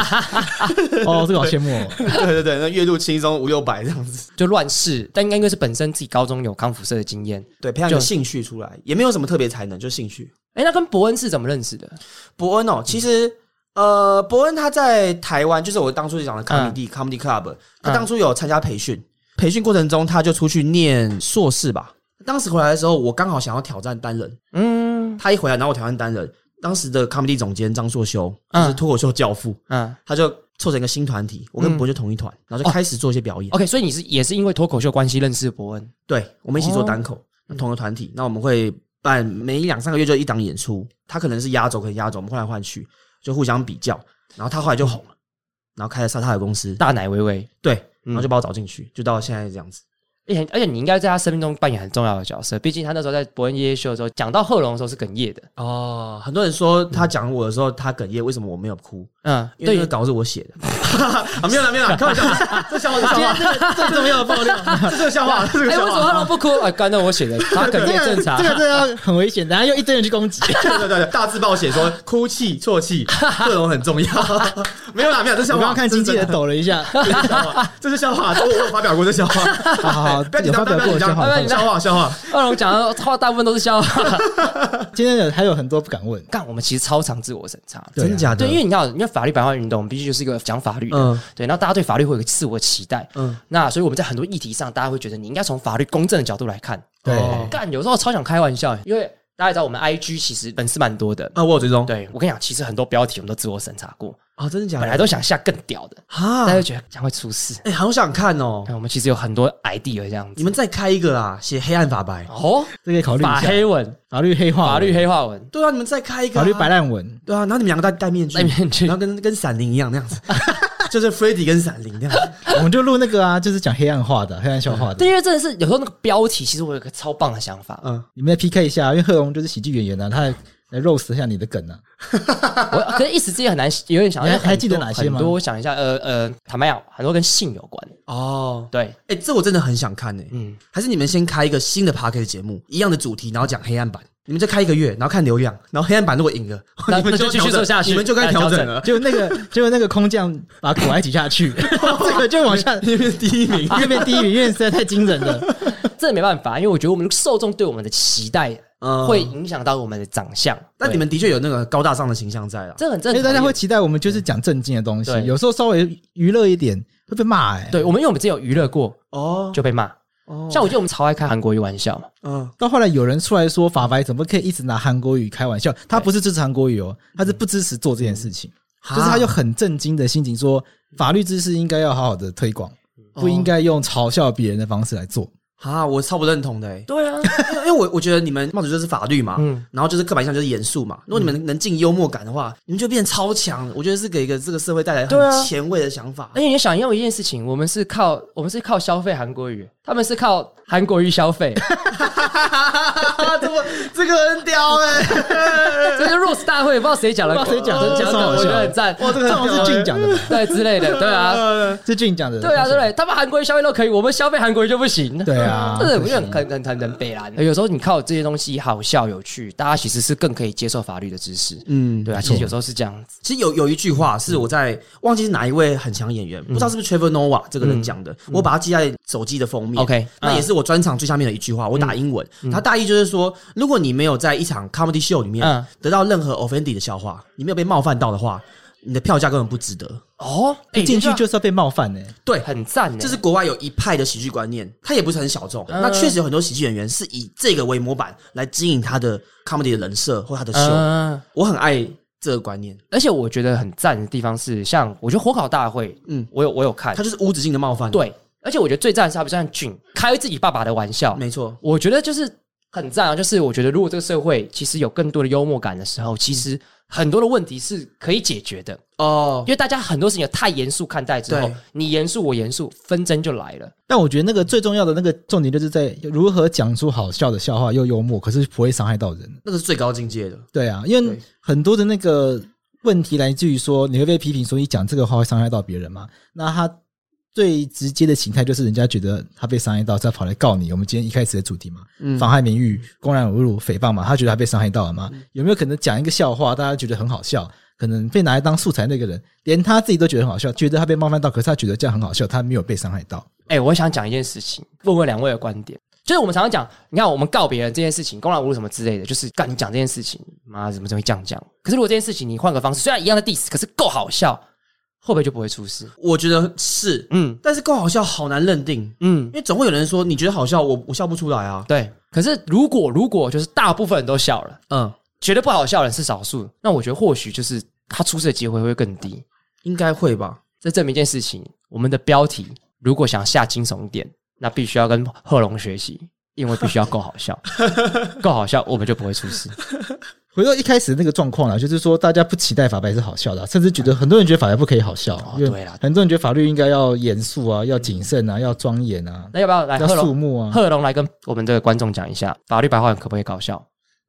哦，这个好羡慕哦。 *laughs* 对对对，那月入轻松五六百这样子。就乱试，但应该因为是本身自己高中有康复社的经验。对，培养一个就兴趣出来，也没有什么特别才能，就兴趣。哎，那跟伯恩是怎么认识的？伯恩嗯哦，其实呃，伯恩他在台湾，就是我当初嗯讲的 comedy、comedy club，他当初有参加培训，培训过程中他就出去念硕士吧。当时回来的时候，我刚好想要挑战单人，嗯他一回来，然后我挑战单人。当时的 comedy 总监张硕修就嗯是脱口秀教父，嗯他就凑成一个新团体，我跟嗯伯恩就同一团，然后就开始做一些表演。 ，OK，所以你是也是因为脱口秀关系认识伯恩。对，我们一起做单口，那同一个团体，那我们会办每两三个月就一档演出，他可能是压轴，可能压轴，我们换来换去，就互相比较，然后他后来就红了，然后开了沙他的公司，大奶微微，对，然后就把我找进去，就到现在这样子。而且而且你应该在他生命中扮演很重要的角色，毕竟他那时候在伯恩夜夜秀的时候讲到贺龙的时候是哽咽的。哦，很多人说他讲我的时候他哽咽，为什么我没有哭？嗯，因为对那个，稿是我写的啊，没有了没有了，开玩笑，这笑话是笑话，这这没有爆料， *laughs* 这是笑话，这是哎，为个笑什么贺话。龙不哭？啊，刚才我 *laughs* 写的，他哽这咽个正常啊这。个真的很危险，然后又一堆人去攻 *laughs* 击。对对对对，大字报写说哭泣、啜泣，这种很重要。没有啦，没有，这笑我话。刚刚看这是经纪真的人抖了一下，这是笑话，这我我有发表过这笑话，好好好， *laughs* 不要紧有发张，不表要过紧的笑话。张，笑话笑话，贺龙讲的话大部分都是笑话。 *laughs* 今天有还有很多不敢问，干，我们其实超常自我审查的。对啊假对，因为你看，因为法律白话运动，我们必须就是一个讲法律的，嗯对，然后大家对法律会有一个自我期待，嗯嗯，那所以我们在很多议题上，大家会觉得你应该从法律公正的角度来看。对哦干，有时候超想开玩笑，欸因为大家也知道我们 IG 其实粉丝蛮多哦的。啊，我有追踪，对，我跟你讲，其实很多标题我们都自我审查过，啊，真的假本来的？都想下更屌的，啊大家，就觉得将会出事。哎，好想看哦，但我们其实有很多 idea 这样子。你们再开一个啦，写黑暗法白，哦，这可以考虑一法下。哦黑文，法律黑化文，法律黑化文，对啊，你们再开一个啊法律白，烂文，对啊，然后你们两个戴戴面具，戴面具然后跟跟闪灵一样那样子， *laughs* 就是 Freddy 跟闪灵那样子， *laughs* 我们就录那个啊，就是讲黑暗化的黑暗笑话的对，。因为真的是有时候那个标题，其实我有个超棒的想法，嗯，你们来 PK 一下，因为贺龙就是喜剧演员啊，他来来 roast 一下你的 *laughs* 梗啊。我可是一时之间很难，有点想，你还因为很多还记得哪些吗很多，我想一下，呃呃，坦白讲，很多跟性有关。哦。对，哎、这我真的很想看呢、嗯，还是你们先开一个新的 p a r k 节目，一样的主题，然后讲黑暗版，你们再开一个月，然后看流量，然后黑暗版如果赢了，那 *laughs* 你们那就继续调整做下去你们就该哎调调整整了。就那个，就那个空降把古埃及下 *laughs* 去，这个就往下那边第一名，那边第一名，因为实在太惊人 *laughs* 了。这没办法，因为我觉得我们受众对我们的期待哦嗯会影响到我们的长相。但对你们的确有那个高大上的形象在啊啦。这很正所以常，大家会期待我们就是讲正经的东西，对有时候稍微娱乐一点会被骂哎、对我们，因为我们之前有娱乐过，哦，就被骂。哦像我觉得我们超爱开韩国语玩笑嘛，嗯，到后来有人出来说法白怎么可以一直拿韩国语开玩笑，他不是支持韩国语哦，他嗯是不支持做这件事情，啊就就是他用很震惊的心情说法律知识应该要好好的推广，哦不应该用嘲笑别人的方式来做。啊，我超不认同的、欸，对啊，因为因为我我觉得你们冒主就是法律嘛，嗯然后就是刻板印象就是严肃嘛，如果你们能进幽默感的话，你们就变超强。我觉得是给一个这个社会带来对啊很前卫的想法 *laughs* *laughs* 而。且你想要一件事情，我们是靠我们是靠消费韩国语，他们是靠韩国语消费，啊，这么这个很屌哎、这是 Rose 大会，不知道谁讲的，不知道谁讲的讲这超的，好我笑觉得很赞，这种是俊讲 *laughs* 的吧，对之类的，对啊，是俊讲的，对啊，对不对？他们韩国人消费都可以，我们消费韩国人就不行。对 *laughs* 啊这我觉得很很很很很北蓝。有时候你靠这些东西好笑有趣，大家其实是更可以接受法律的知识。嗯，对啊，其实有时候是这样子。其实有有一句话嗯是我在忘记是哪一位很强演员，不知道是不是 Trevor Noah 这个人讲的，我把它记在手机的封面。嗯 OK，那嗯也是我专场最下面的一句话，我打英文。他大意就是说，如果你没有在一场 comedy show 里面嗯得到任何 offending 的笑话，你没有被冒犯到的话，你的票价根本不值得。哦，哎进去就是要被冒犯哎、对，很赞呢，欸这是国外有一派的喜剧观念，它也不是很小众。嗯那确实有很多喜剧演员是以这个为模板来经营他的 comedy 的人设或他的秀。嗯。我很爱这个观念，而且我觉得很赞的地方是，像我觉得火烤大会，嗯嗯，我有我有看它，就是无止境的冒犯。，对。而且我觉得最赞的是，他不像俊开自己爸爸的玩笑，没错。我觉得就是很赞啊！就是我觉得，如果这个社会其实有更多的幽默感的时候，其实很多的问题是可以解决的。哦因，为大家很多事情太严肃看待之后对，你严肃我严肃，纷争就来了。但我觉得那个最重要的那个重点就是在如何讲出好笑的笑话又幽默，可是不会伤害到人。那个是最高境界的。对啊，因为对很多的那个问题来自于说你会被批评，所以讲这个话会伤害到别人嘛。那他最直接的形态就是人家觉得他被伤害到，再跑来告你。我们今天一开始的主题嘛，妨害名誉、公然侮辱、诽谤嘛，他觉得他被伤害到了嘛？有没有可能讲一个笑话，大家觉得很好笑？可能被拿来当素材那个人，连他自己都觉得很好笑，觉得他被冒犯到，可是他觉得这样很好笑，他没有被伤害到。哎、我想讲一件事情，问问两位的观点。就是我们常常讲，你看我们告别人这件事情，公然侮辱什么之类的，就是干你讲这件事情，妈怎么怎么会这样讲？可是如果这件事情你换个方式，虽然一样的 diss，可是够好笑，会不会就不会出事？我觉得是，嗯但是够好笑好难认定，嗯因，为总会有人说你觉得好笑，我我笑不出来啊。对。可是如果如果就是大部分人都笑了，嗯，觉得不好笑的人是少数，那我觉得或许就是他出事的机会会更低。应该会吧。这证明一件事情：我们的标题如果想下惊悚一点，那必须要跟贺龙学习，因为必须要够好 *laughs* 笑，够好笑，我们就不会出事。回到一开始那个状况啦，就是说大家不期待法白是好笑的啊、甚至觉得很多人觉得法白不可以好笑，啊哦因为对啦嗯很多人觉得法律应该要严肃啊，要谨慎啊，要庄严啊，那要不要来要贺肃龙？穆啊。贺龙来跟我们的观众讲一下，法律白话文可不可以搞笑？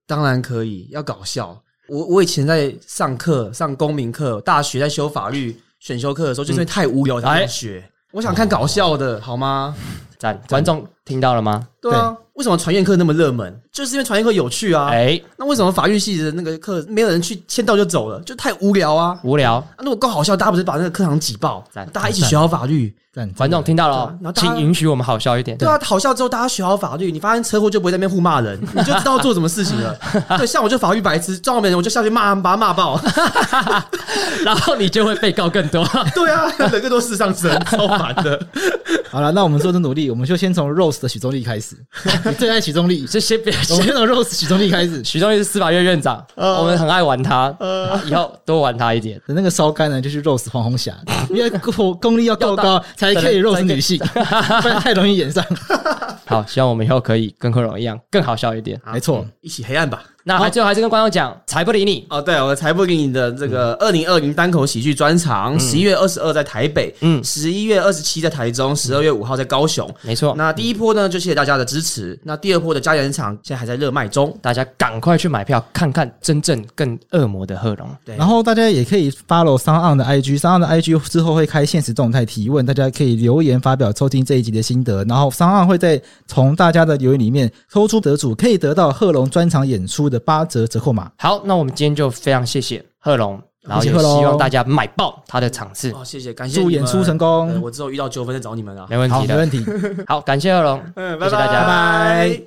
当然可以，要搞笑。我我以前在上课，上公民课，大学在修法律选修课的时候，就嗯是因为太无聊才哎想学。我想看搞笑的，好吗？赞，观众听到了吗？对啊，为什么传院课那么热门？就是因为传院课有趣啊。哎，那为什么法律系的那个课没有人去签到就走了？就太无聊啊！无聊，啊如果够好笑，大家不是把那个课堂挤爆赞，大家一起学好法律。赞观众听到了对啊然后哦，大家请允许我们好笑一点。对啊，好笑之后大家学好法律，你发现车祸就不会在那边互 *laughs* 骂人，你就知道做什么事情了。对，像我就法律白痴，撞到别人我就下去骂他们，把他 *laughs* 骂爆。然后你就会被告更 *laughs* 多。对啊，人更多事上 *laughs* 身，超烦的。好了，那我们做的努力，我们就先从 Rose 的许宗力开 *laughs* 始。你最爱许宗力，这些别，我们先从 Rose 许宗力开始。徐忠义是司法院院长，呃我们很爱玩他，以后多玩他一点。那个烧干呢，就是 Rose 黄红霞，因为功功力要够要高，才可以 Rose 女 *laughs* 性，不然太容易演上。好，希望我们以后可以跟贺龙一样更好笑一点。没错，一起黑暗吧。那还最后还是跟观众讲，才不理你。哦，对，我才不给你的这个嗯二零二零单口喜剧专场，十一月二十二在台北，嗯，十一月二十七在台中，十二月五号在高雄。嗯没错，那第一波呢，就谢谢大家的支持。那第二波的加演场现在还在热卖中。大家赶快去买票，看看真正更恶魔的贺龙。对然后大家也可以 follow 商岸的 IG，商岸的 IG 之后会开现实动态提问，大家可以留言发表抽听这一集的心得，然后商岸会在从大家的留言里面抽出得主，可以得到贺龙专场演出的八折折扣码。好，那我们今天就非常谢谢贺龙，然后也谢谢贺龙希望大家买爆他的场次，哦，谢谢，感谢祝你嗯演们出成功对我之后遇到纠纷再找你们啊。没问好，题没的。问题。好，感谢贺龙，嗯，谢谢大家拜拜